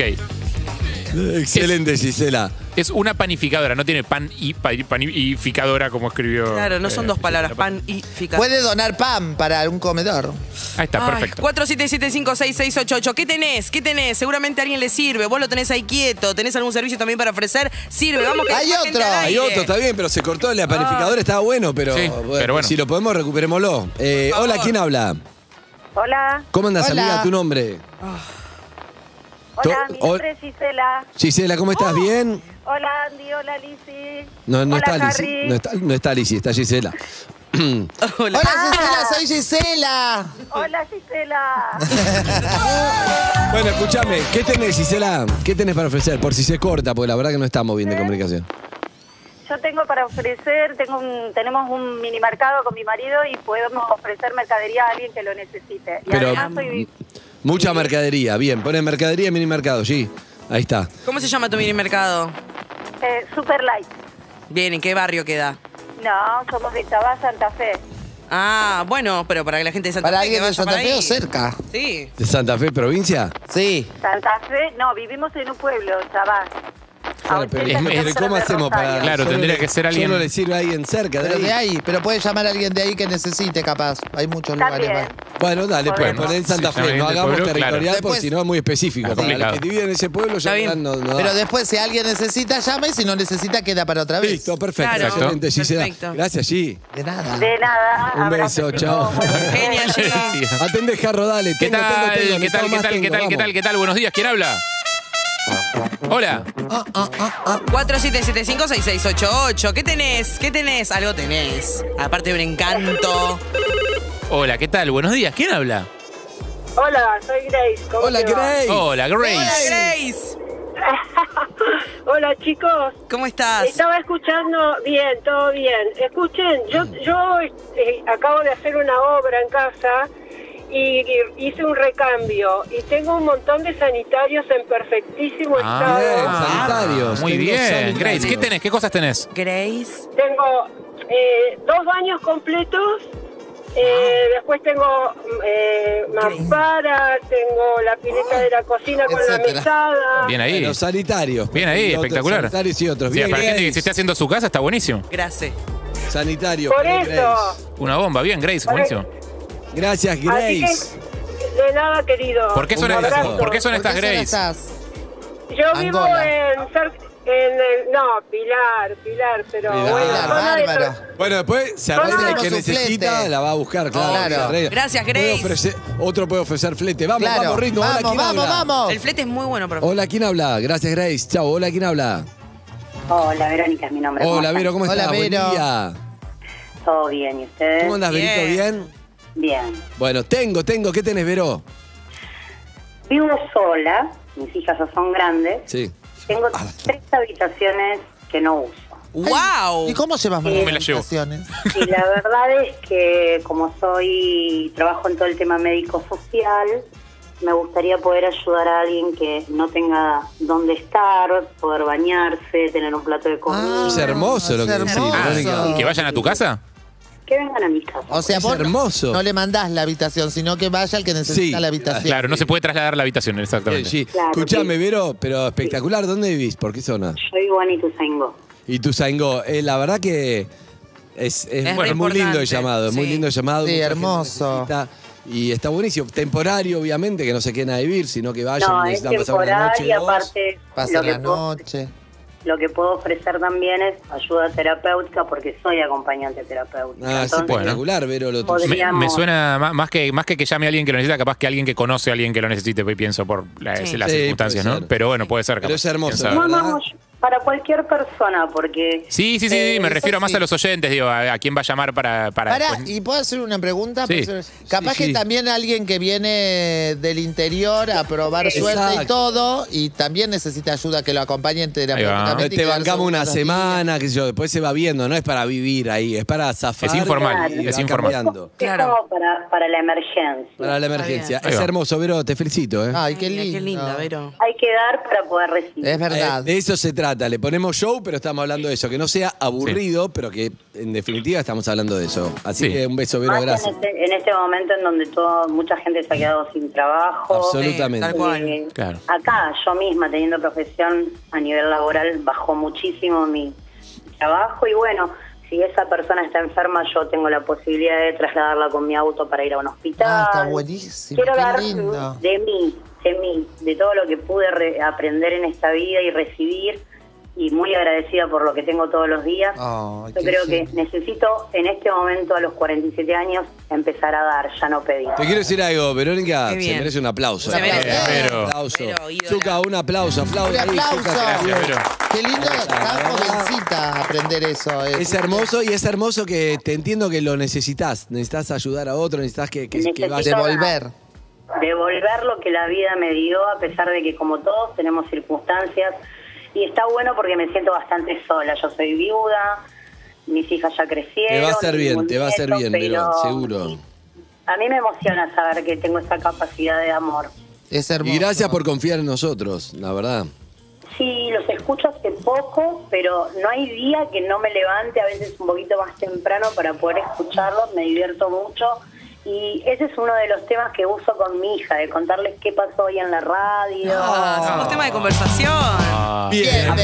S2: Excelente, Gisela.
S5: Es una panificadora, no tiene pan y pa- panificadora como escribió.
S3: Claro, no son
S5: eh,
S3: dos palabras, pan y ficar.
S4: Puede donar pan para un comedor.
S5: Ahí está,
S3: Ay,
S5: perfecto.
S3: 47756688. ¿Qué tenés? ¿Qué tenés? Seguramente a alguien le sirve. Vos lo tenés ahí quieto. ¿Tenés algún servicio también para ofrecer? Sirve. Vamos que
S4: Hay
S3: la gente
S4: otro,
S3: al
S2: Hay
S3: aire. Ah.
S2: otro, está bien, pero se cortó la panificadora, estaba bueno, pero,
S5: Sí, pero bueno.
S2: si lo podemos, recuperémoslo. Eh,
S3: favor.
S2: hola, ¿quién habla?
S10: Hola,
S2: ¿Cómo andas,
S4: Hola.
S2: amiga? ¿Tu nombre?
S8: Ah.
S10: hola,
S2: To-
S10: mi
S2: hol-
S10: nombre es Gisela.
S2: Gisela, ¿cómo estás?
S4: Uh.
S2: ¿Bien?
S10: Hola Andy, hola Lizzy.
S2: No, no
S10: hola
S2: está
S10: Harry.
S2: Lizzy, no está, no está Lizzy, está Gisela.
S4: Hola,
S3: Ah.
S4: Gisela, soy Gisela.
S11: Hola, Gisela.
S2: Bueno, escúchame, ¿qué tenés, Gisela? ¿Qué tenés para ofrecer? Por si se corta, porque la verdad que no estamos bien de comunicación.
S11: Yo tengo para ofrecer, tengo un, tenemos un mini mercado con mi marido y podemos ofrecer mercadería a alguien que lo necesite. Y
S2: Pero mm.
S11: además soy...
S2: mucha mercadería, bien. Ponen mercadería, mini mercado, sí. Ahí está.
S3: ¿Cómo se llama tu mini mercado?
S11: Eh, super light.
S3: Bien, ¿en qué barrio queda?
S11: No, somos de Chabá, Santa Fe.
S3: Ah, bueno, pero para que la gente de Santa
S4: Para
S3: Fe que
S4: alguien de
S3: vaya
S4: Santa
S3: para
S4: Fe o
S3: ahí.
S4: cerca.
S3: Sí.
S2: ¿De Santa Fe, provincia?
S4: Sí.
S11: Santa Fe, no, vivimos en un pueblo, Chabá. A
S2: Claro, pero,
S11: 80
S5: es-
S2: pero
S11: kilómetros
S2: ¿cómo
S11: de
S2: hacemos para...?
S11: Rosario.
S5: Claro,
S2: Solo
S5: tendría
S2: le-
S5: que ser alguien-
S2: Solo le sirve a alguien cerca de
S4: Pero de
S2: ahí.
S4: ahí, pero puede llamar a alguien de ahí que necesite, capaz. Hay muchos lugares.
S11: También.
S4: más.
S2: Bueno, dale, pues,
S11: Podemos.
S2: poner Santa
S5: Sí,
S2: Fe.
S5: también
S2: No
S5: de
S2: hagamos
S5: pueblo,
S2: territorial
S5: claro.
S2: porque
S4: Después-
S2: si no es muy específico. Para los
S5: complicado.
S2: que dividen ese pueblo ya
S3: Está bien.
S2: verán, no, no da.
S4: Pero después, si alguien necesita, llama y si no necesita, queda para otra vez.
S2: Listo, perfecto.
S3: Claro.
S2: Excelente, Gisela.
S3: Perfecto.
S2: Gracias, G.
S4: De nada.
S11: De nada.
S2: Un
S11: abrazo,
S2: beso,
S11: chicos.
S2: chao.
S11: Buenos días.
S3: Genia, llega.
S5: Sí.
S2: Atende, Jarro, dale.
S5: ¿Qué
S2: Tengo,
S5: tal?
S2: tengo, tengo.
S5: ¿Qué tal?
S2: Necesito
S5: ¿Qué tal?
S2: más,
S5: ¿Qué
S2: tengo,
S5: tal? ¿Qué
S2: vamos.
S5: tal? ¿Qué tal? Buenos días. ¿Quién habla? Hola.
S3: 4775-6688. ¿Qué tenés? ¿Qué tenés? Algo tenés. Aparte de un encanto.
S5: Hola, ¿qué tal? Buenos días. ¿Quién habla?
S11: Hola, soy Grace. ¿Cómo
S2: Hola,
S11: te va?
S2: Grace.
S5: Hola,
S3: Hola,
S5: Grace.
S3: Grace.
S11: Hola, chicos.
S3: ¿Cómo estás?
S11: Estaba escuchando bien, todo bien. Escuchen, yo, yo eh, acabo de hacer una obra en casa y, y hice un recambio y tengo un montón de sanitarios en perfectísimo estado.
S5: Ah,
S2: bien, sanitarios.
S5: Muy
S2: Tengo
S5: bien,
S2: sanitarios.
S5: Grace. ¿Qué tenés? ¿Qué cosas tenés?
S3: Grace.
S11: Tengo eh, dos baños completos. eh, después tengo eh, mampara, tengo la pileta de la cocina con la
S4: Etcétera.
S11: mesada.
S5: Bien ahí.
S2: Los sanitarios.
S5: Bien ahí,
S2: Otros
S5: espectacular.
S2: Sanitarios y otros.
S5: Sí,
S2: Bien,
S5: para gente que
S2: Grace.
S5: se esté haciendo su casa está buenísimo.
S3: Gracias.
S2: Sanitarios.
S11: Por
S2: bien,
S11: eso.
S2: Grace.
S5: Una bomba, bien, Grace, buenísimo.
S2: Gracias,
S11: Así
S2: Grace.
S11: que, de nada, querido.
S5: ¿Por qué son
S2: Un
S5: estas,
S2: abrazo.
S5: ¿por qué son
S4: ¿Por
S5: estas
S4: qué son
S5: Grace?
S4: estas?
S11: Yo vivo
S4: Angola.
S11: en, cer- en el- no, Pilar, Pilar, pero
S2: Pilar,
S11: bueno, zona de-
S4: bárbaro.
S2: Bueno, después se arregla el
S4: Tenemos
S2: que
S4: un flete.
S2: necesita, la va a buscar, claro.
S4: Claro.
S2: se arregla.
S3: Gracias,
S2: Puede
S3: Grace.
S2: ofrecer- otro puede ofrecer flete. Vamos,
S4: Claro.
S2: vamos, ritmo. Hola,
S4: vamos,
S2: ¿quién
S4: vamos,
S2: habla?
S4: vamos.
S3: El flete es muy bueno, profe.
S2: Hola, ¿quién habla? Gracias, Grace. Chao, hola, ¿quién habla?
S12: Hola, Verónica es mi nombre. ¿Cómo
S2: Hola,
S12: estás?
S2: Vero, ¿cómo
S4: Hola,
S2: estás? Buen
S4: Vero.
S2: día.
S12: ¿Todo bien? ¿Y ustedes?
S2: ¿Cómo andas,
S3: Bien.
S2: Verito? ¿Bien?
S12: Bien.
S2: Bueno, tengo, tengo. ¿Qué tenés, Vero?
S12: Vivo sola, mis hijas ya son grandes.
S2: Sí.
S12: Tengo
S2: Ah,
S12: tres habitaciones que no uso.
S3: ¡Wow!
S4: ¿Y cómo llevas más
S12: Sí.
S5: Uh, Me la llevo.
S4: notificaciones?
S12: Y la verdad es que como soy, trabajo en todo el tema médico-social, me gustaría poder ayudar a alguien que no tenga dónde estar, poder bañarse, tener un plato de comida.
S2: Es hermoso lo
S4: es
S2: que decís,
S4: hermoso.
S2: Verónica.
S5: Ah, ¿Que vayan a tu casa?
S12: Que vengan a mi casa.
S4: O sea,
S2: Es
S4: vos
S2: hermoso.
S4: no le mandás la habitación, sino que vaya el que necesita
S2: Sí.
S4: la habitación.
S5: Claro, no se puede trasladar la habitación,
S2: Bien,
S5: exactamente.
S2: sí.
S12: Claro,
S2: Escuchame,
S12: sí.
S2: Vero, pero espectacular. ¿Dónde vivís? ¿Por qué zona?
S12: Yo vivo en Ituzaingó.
S2: Y tu sango, eh, la verdad que es, es-
S3: Es re
S2: es muy lindo el
S3: importante,
S2: llamado, es muy
S3: sí.
S2: lindo el llamado.
S4: Sí,
S2: mucha gente
S4: hermoso.
S2: necesita, y está buenísimo. Temporario, obviamente, que no se queden a vivir, sino que vayan
S12: No, es
S2: necesitan pasar una
S12: temporal
S2: noche.
S12: y
S2: dos.
S12: aparte
S4: Pasa la
S12: puedo-
S4: noche.
S12: Lo que puedo ofrecer también es ayuda terapéutica porque soy acompañante terapéutica.
S2: Ah, es
S12: Entonces,
S2: espectacular, Vero, lo tuyo.
S12: podría-
S5: Me, me
S12: Digamos-
S5: suena ma- más que, más que que llame a alguien que lo necesita, capaz que alguien que conoce a alguien que lo necesite, pues, pienso por la-
S3: Sí.
S5: las
S2: Sí,
S5: circunstancias,
S2: puede
S5: ¿no?
S2: ser.
S5: Pero bueno, puede ser.
S2: Pero
S5: capaz,
S2: es hermoso.
S5: quién sabe.
S12: No, no,
S2: Ah, ¿verdad?
S12: no, yo- para cualquier persona porque
S5: Sí, sí, sí, sí, me
S4: Eh, eso
S5: refiero más
S4: sí.
S5: a los oyentes, digo, a, a quién va a llamar para... para
S4: Pará,
S5: pues,
S4: ¿y puedo hacer una pregunta?
S5: Sí.
S4: Puedo hacer- Capaz
S2: sí.
S4: que también alguien que viene del interior a probar
S2: Exacto.
S4: suerte y todo, y también necesita ayuda que lo acompañen terapéuticamente.
S2: Eh,
S4: y
S2: Te
S4: quedarse
S2: bancamos una
S4: unos días.
S2: semana, qué sé yo, después se va viendo, no es para vivir ahí, es para zafar.
S5: Es informal,
S2: y
S5: es
S2: va
S5: informal.
S2: cambiando.
S3: Claro.
S12: es como para, para la emergencia.
S2: Para la emergencia.
S5: bien. Ahí
S2: Es
S5: va.
S2: hermoso, Vero, te felicito. ¿eh?
S4: Ay, qué
S3: Mira,
S4: lindo.
S3: Qué linda, Vero.
S12: Hay que dar para poder recibir.
S4: Es
S2: Eh,
S4: verdad.
S2: de eso se trata. Le ponemos show, pero estamos hablando de eso. Que no sea aburrido, pero que en definitiva estamos hablando de eso. Así
S5: Sí.
S2: que un beso, Vero,
S12: Más
S2: gracias.
S12: en este, en este momento en donde todo, mucha gente se ha quedado sin trabajo.
S2: Absolutamente.
S3: Sí, tal cual.
S12: Eh,
S5: Claro.
S12: Acá, yo misma, teniendo profesión a nivel laboral, bajó muchísimo mi trabajo y bueno, si esa persona está enferma, yo tengo la posibilidad de trasladarla con mi auto para ir a un hospital.
S4: Ah, está buenísimo,
S12: Quiero
S4: qué
S12: dar
S4: lindo.
S12: de mí, de mí, de todo lo que pude re- aprender en esta vida y recibir. y muy agradecida por lo que tengo todos los días.
S4: Ay,
S12: Yo
S4: qué
S12: creo que
S4: genio.
S12: necesito en este momento a los 47 años empezar a dar, ya no pedir.
S2: Te quiero decir algo, Verónica,
S12: Qué
S2: se
S12: bien.
S2: merece un aplauso.
S12: Se merece.
S2: Un
S5: Vero.
S2: aplauso. Zucca, un aplauso, aplauso.
S4: Un
S2: ahí, Zucca,
S4: aplauso.
S2: aplauso.
S4: Qué lindo tan jovencita aprender eso. eh.
S2: Es hermoso y es hermoso que te entiendo que lo necesitas. Necesitas ayudar a otro, necesitas que, que, que
S12: Necesito
S2: vaya
S12: Devolver. devolver lo que la vida me dio, a pesar de que como todos tenemos circunstancias. Y está bueno porque me siento bastante sola. Yo soy viuda, mis hijas ya crecieron.
S2: Te va a hacer
S12: tengo
S2: bien,
S12: un
S2: te va a hacer
S12: nieto,
S2: bien, Verón,
S12: pero
S2: seguro.
S12: A mí me emociona saber que tengo esta capacidad de amor.
S4: Es
S2: hermoso. Y gracias por confiar en nosotros, la verdad.
S12: Sí, los escucho hace poco, pero no hay día que no me levante, a veces un poquito más temprano para poder escucharlos, me divierto mucho. Y ese es uno de los temas que uso con mi hija, de contarles qué pasó hoy en la radio.
S3: Ah, somos tema de conversación.
S5: Ah.
S2: Ah.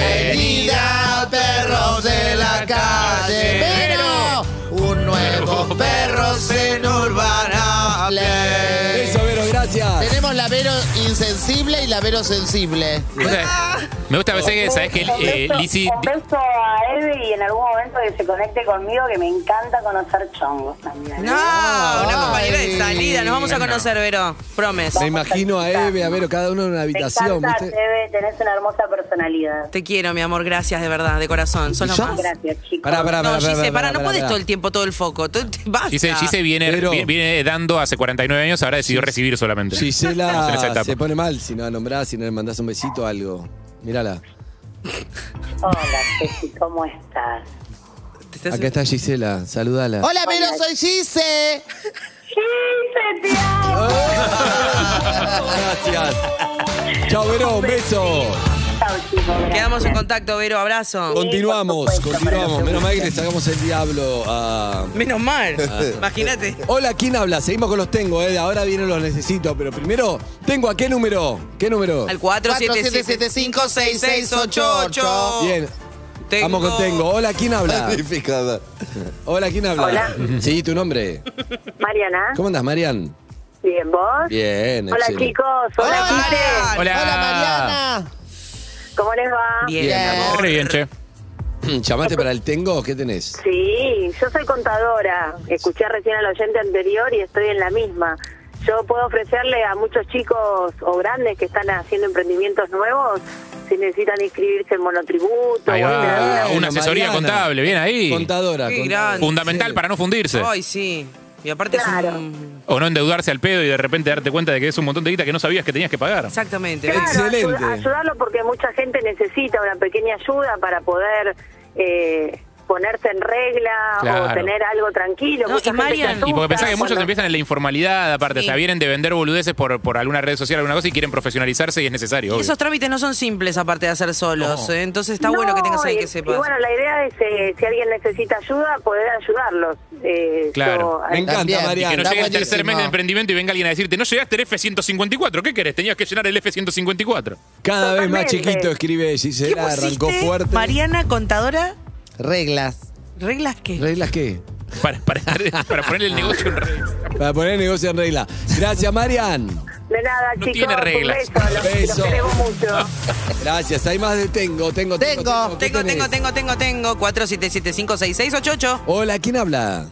S4: Bienvenida, perros de la calle. Pero un nuevo perro se nos van a leer.
S2: Eso, Vero, gracias.
S4: Tenemos la Vero insensible y la Vero sensible.
S5: Me gusta- Me gusta a veces que, ¿sabes que eh, Lizzy
S12: Un beso a Eve y en algún momento que se conecte conmigo, que me encanta conocer chongos también.
S3: No, Ah, una compañera de salida. Nos vamos a conocer, Vero. Promes.
S2: Me imagino a Eve, a Vero, cada uno en una
S12: Me
S2: habitación.
S12: encanta,
S2: ¿viste?
S12: Eve, tenés una hermosa personalidad.
S3: Te quiero, mi amor. Gracias, de verdad, de corazón. Son los más.
S12: Gracias, chicos.
S2: Pará, pará,
S3: No,
S2: pará, pará,
S3: Gise, pará, no
S2: pará,
S3: podés
S2: pará.
S3: todo el tiempo, todo el foco. Todo el tiempo- Basta.
S5: Gise, Gise viene,
S2: Pero-
S5: vi- viene dando hace 49 años, ahora decidió
S2: Sí.
S5: recibir solamente. Estamos en esa
S2: Gisela
S5: etapa.
S2: se pone mal si no la nombrás, si no le mandás un besito algo. Mírala.
S12: Hola, Ceci, ¿cómo estás?
S2: Acá está Gisela, saludala.
S4: Hola, Vero, soy Gise.
S12: Gise, te amo.
S2: Gracias. Chao, Vero, un beso.
S12: Chao, chicos.
S3: Quedamos en contacto, Vero. Abrazo.
S2: Continuamos, continuamos. Menos mal que le sacamos el diablo a.
S3: Menos mal. Imagínate.
S2: Hola, ¿quién habla? Seguimos con los tengo, ¿eh? Ahora vienen los necesito, pero primero, ¿tengo a qué número? ¿Qué número?
S3: Al
S4: 47756688.
S3: 47756688.
S2: Bien. Vamos con tengo. Hola, ¿quién habla?
S11: Planificada.
S2: Hola, ¿quién habla?
S11: Hola.
S2: Sí, tu nombre.
S11: Mariana.
S2: ¿Cómo andas, Marian?
S11: Bien, vos.
S2: Bien,
S11: Hola,
S2: excelente.
S11: chicos. Hola, Gise.
S5: Hola.
S4: Hola, Mariana.
S11: ¿Cómo les va?
S3: Bien,
S2: Bien,
S3: mi amor.
S5: Re bien, che.
S2: ¿Llamaste para el tengo? ¿Qué tenés?
S11: Sí, yo soy contadora. Escuché recién al oyente anterior y estoy en la misma. Yo puedo ofrecerle a muchos chicos o grandes que están haciendo emprendimientos nuevos si necesitan inscribirse en monotributo.
S5: Ahí
S11: o en
S5: va.
S11: algún-
S5: Una asesoría
S2: Mariana.
S5: contable, bien ahí.
S2: Contadora.
S3: Qué
S2: contadora.
S3: grande.
S5: Fundamental para no fundirse.
S3: Ay, sí. Y aparte es un...
S5: O no endeudarse al pedo y de repente darte cuenta de que es un montón de guita que no sabías que tenías que pagar.
S3: Exactamente.
S11: Claro,
S2: Excelente.
S11: ayud- ayudarlo porque mucha gente necesita una pequeña ayuda para poder eh, ponerse en regla
S5: Claro.
S11: o tener algo tranquilo.
S3: No,
S11: Mucha
S3: y
S11: gente se
S3: Marian-
S11: asusta
S5: Y porque pensás que muchos
S11: cuando-
S5: empiezan en la informalidad, aparte, o
S3: Sí.
S5: sea, vienen de vender boludeces por, por alguna red social, alguna cosa, y quieren profesionalizarse y es necesario. obvio.
S3: Esos trámites no son simples aparte de hacer solos.
S5: No.
S3: ¿eh? Entonces está
S11: No,
S3: bueno que tengas alguien
S11: y-
S3: que sepa.
S11: Y bueno, la idea es, eh, si alguien necesita ayuda, poder ayudarlos. Eh,
S5: Claro.
S11: yo- eh,
S2: Me encanta,
S4: También.
S2: Mariana.
S5: Que no
S4: Está
S5: llegue el tercer
S4: buenísimo.
S5: mes de emprendimiento y venga alguien a decirte, no llegaste al F-154, ¿qué querés? Tenías que llenar el F-154.
S2: Cada vez más
S11: Totalmente.
S2: chiquito escribe
S3: ¿Qué
S2: Gisela, arrancó
S3: pusiste?
S2: fuerte.
S3: Mariana, contadora,
S4: Reglas.
S3: reglas qué.
S2: ¿Reglas qué?
S5: Para, para, estar- para ponerle el negocio en regla.
S2: Para poner el negocio en regla. Gracias, Marian.
S11: De nada,
S5: No
S11: chicos.
S5: tiene
S11: un
S5: reglas.
S11: beso, los-
S2: Beso.
S11: los queremos mucho.
S2: Gracias. Hay más de tengo, tengo, tengo.
S4: Tengo.
S2: ¿Qué
S3: Tengo,
S2: tenés? Oh.
S3: tengo, tengo, tengo, tengo. 47756688.
S2: Hola, ¿quién habla?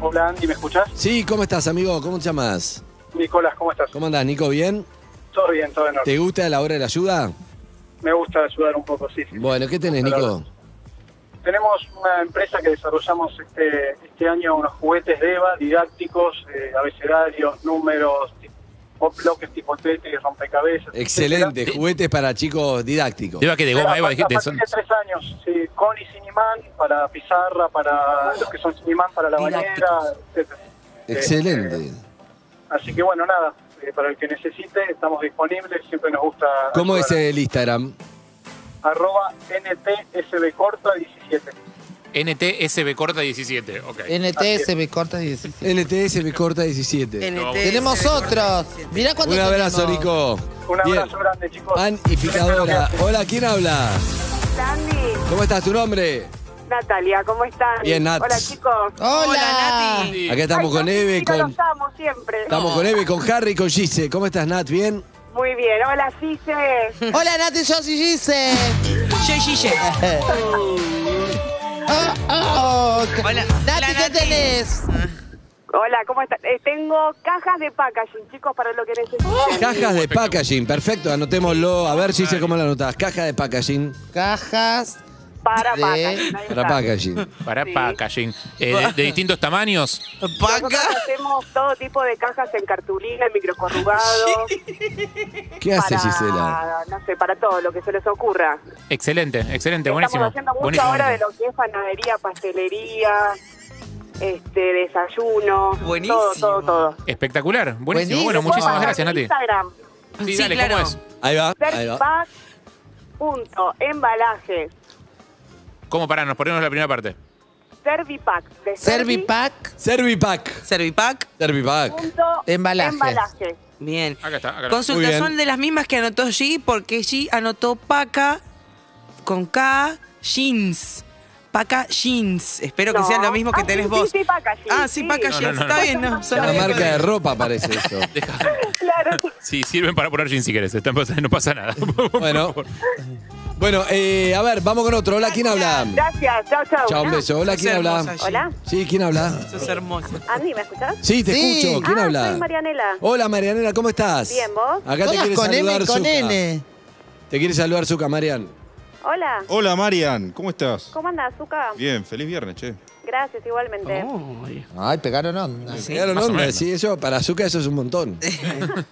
S13: Hola Andy, ¿me escuchás?
S2: Sí, ¿cómo estás, amigo? ¿Cómo te llamas?
S13: ¿Ah? Nicolás, ¿cómo estás?
S2: ¿Cómo andás, Nico? ¿Bien?
S13: Todo bien, todo en orden.
S2: ¿Te gusta la hora de la ayuda?
S13: Me gusta ayudar un poco, sí, sí.
S2: Bueno, ¿qué tenés,
S13: Hola.
S2: Nico?
S13: Tenemos una empresa que desarrollamos este, este año unos juguetes de EVA didácticos, eh, abecedarios, números, ti- o bloques tipo tete, rompecabezas.
S2: Excelente, juguetes para chicos didácticos.
S5: Eva, que de goma, Eva, dijiste.
S13: Son...
S5: son-
S13: de tres años, sí, con y sin imán, para pizarra, para los que son sin imán, para la bañera,
S3: Didácticos.
S13: etc.
S2: Excelente.
S13: Así que bueno, nada, eh, para el que necesite, estamos disponibles, siempre nos gusta.
S2: ¿Cómo es
S13: ayudar.
S2: el Instagram?
S13: arroba NTSB corta 17.
S5: NTSB corta 17, ok. Ah,
S4: NTS, me cortas 17.
S2: NTS me corta 17.
S3: NT,
S4: Tenemos
S3: se ve
S4: otros. Mirá cuánto
S2: Un abrazo,
S4: tenemos.
S2: Nico.
S13: Un
S2: Bien.
S13: abrazo grande, chicos.
S2: Panificadora. Hola, ¿quién habla?
S11: Sandy,
S2: ¿Cómo estás? ¿Tu nombre?
S11: Natalia, ¿cómo están?
S2: Bien, Nat.
S11: Hola, chicos.
S4: Hola,
S3: Hola, Nati.
S2: Acá estamos
S11: Ay,
S2: con
S11: yo
S2: Eve,
S11: Cristina,
S2: con...
S11: Los amo siempre.
S2: Estamos con Eve, con Harry y con Gise. ¿Cómo estás, Nat? ¿Bien?
S11: Muy bien. Hola, Cise.
S4: Hola, Nati, yo soy Gise.
S3: Ye, ye, ye.
S2: Oh,
S4: Ah, ah, ok. Nati, ¿qué tenés?
S14: Hola, ¿cómo estás? Eh, tengo cajas de packaging, chicos, para lo que necesiten.
S2: Cajas de packaging, perfecto, anotémoslo. A ver si sé cómo lo anotás. Caja de packaging.
S4: Cajas.
S14: Para
S4: de-
S14: packaging. ahí
S2: Para
S14: está.
S2: packaging.
S5: Para packaging. Eh, de, de distintos tamaños.
S14: Nosotros hacemos todo tipo de cajas en cartulina, en microcorrugado.
S2: ¿Qué hace
S14: para,
S5: Gisela?
S14: No sé, para todo lo que se les ocurra.
S5: Excelente, excelente, buenísimo.
S14: Estamos haciendo mucho
S5: buenísimo,
S14: ahora de
S5: buenísimo.
S14: lo que es panadería, pastelería, este, desayuno.
S5: Buenísimo.
S14: Todo, todo, todo.
S5: Espectacular, buenísimo. Bueno,
S14: Puedo
S5: muchísimas
S14: pasar
S5: gracias,
S14: mi
S5: Nati.
S14: Instagram.
S5: Sí, dale, ¿cómo es?
S2: Ahí va,
S14: Serpac punto embalaje
S5: ¿Cómo pará? Nos ponemos la primera parte.
S14: Servipack de
S4: Servipack.
S2: Servipack.
S3: Servipack.
S2: Servipack.
S14: punto
S3: Embalajes.
S14: embalaje.
S3: Bien.
S5: Acá está, acá está. Muy
S3: Consulta,
S5: bien.
S3: son de las mismas que anotó G, porque G anotó Paca con K, Jeans. Paca Jeans. Espero que
S14: No.
S3: sea lo mismo que
S14: Ah,
S3: tenés
S14: sí,
S3: vos.
S14: sí, sí, Paca Jeans,
S3: Ah, sí,
S14: sí.
S3: Paca
S5: No, no,
S3: Jeans.
S5: no,
S3: Está
S5: no.
S3: bien, ¿no? Son
S2: Una
S3: las mismas.
S2: marca de ropa parece eso.
S14: Claro.
S5: Sí, sirven para poner jeans si querés. Está- No pasa nada.
S2: Bueno. Bueno, eh, a ver, vamos con otro. Hola, ¿quién habla?
S14: Gracias, chao, chao.
S2: Chao, un beso. Hola, ¿quién habla?
S14: Hola,
S2: Sí, ¿quién habla?
S3: Sos hermosa.
S14: ¿a mí Ah, me escuchás?
S2: Sí, te escucho. ¿Quién
S14: ah,
S2: habla?
S14: Soy Marianela.
S2: Hola, Marianela, ¿cómo estás?
S14: Bien, ¿vos?
S2: Acá te
S4: Todas
S2: quiere
S4: con M y
S2: saludar
S4: con
S2: Zucca.
S4: N.
S2: Te quiere saludar Zucca, Marian.
S14: Hola,
S15: Hola Marian, ¿cómo estás?
S14: ¿cómo andás, Zuka?
S15: Bien, feliz viernes, che.
S14: Gracias, igualmente.
S5: Oh.
S4: Ay, pegaron onda.
S2: Claro,
S15: Más o
S2: no,
S15: menos.
S2: sí, eso, para Zucca eso es un montón.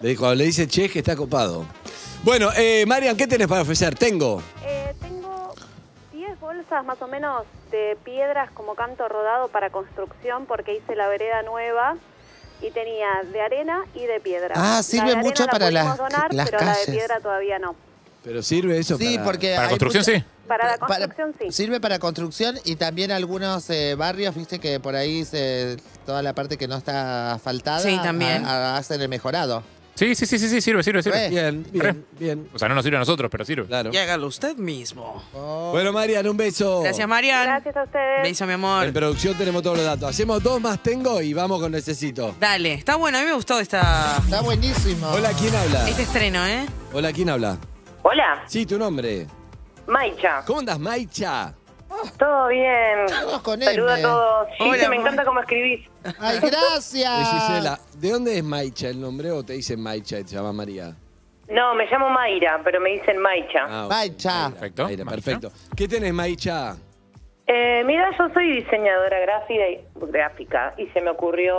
S2: le dijo, le dice Che que está copado. Bueno, eh, Marian, ¿qué tenés para ofrecer? Tengo.
S14: Eh, tengo 10 bolsas más o menos de piedras como canto rodado para construcción porque hice la vereda nueva y tenía de arena y de piedra.
S4: Ah,
S14: La
S4: sirve
S14: de arena
S4: mucho
S14: la
S4: para
S14: pudimos
S4: las-
S14: donar,
S4: las
S14: pero la de
S4: calles.
S14: piedra todavía no.
S2: Pero sirve eso
S4: Sí,
S2: para-
S4: porque.
S5: ¿Para
S4: hay
S5: construcción, sí?
S14: Para la construcción sí.
S4: Sirve para construcción y también algunos eh, barrios, viste que por ahí se- toda la parte que no está asfaltada.
S3: Sí, también.
S4: a- a- hacen el mejorado.
S5: Sí, sí, sí, sí, sí, sirve, sirve, sirve.
S4: Re.
S2: Bien, bien, bien.
S5: O sea, no nos sirve a nosotros, pero sirve.
S2: Claro.
S3: Y hágalo usted mismo.
S2: Bueno, Marian, un beso.
S3: Gracias, Marian.
S14: Gracias a ustedes.
S3: Beso, mi amor.
S2: En producción tenemos todos los datos. Hacemos dos más tengo y vamos con necesito.
S3: Dale. Está bueno, a mí me gustó esta,
S4: Está buenísimo.
S2: Hola, ¿quién habla?
S3: este estreno, ¿eh?
S2: Hola, ¿quién habla?
S11: Hola,
S2: Sí, tu nombre.
S11: Maicha.
S2: ¿Cómo andas, Maicha?
S11: ¿Todo bien?
S4: Oh. Todos con M.
S11: Saludos a todos. Sí,
S3: Hola,
S11: sí, me
S3: amor.
S11: encanta cómo escribís.
S4: Ay,
S3: Ah.
S2: Es
S4: gracias.
S2: Gisela. ¿De dónde es Maicha el nombre o te dicen Maicha y te llama María?
S11: No, me llamo Mayra, pero me dicen Maicha.
S2: Ah, ok.
S4: Maicha.
S5: Perfecto.
S2: Mayra,
S5: Maicha.
S2: perfecto. ¿Qué tenés, Maicha?
S11: Eh, mira, yo soy diseñadora gráfica y, gráfica y se me ocurrió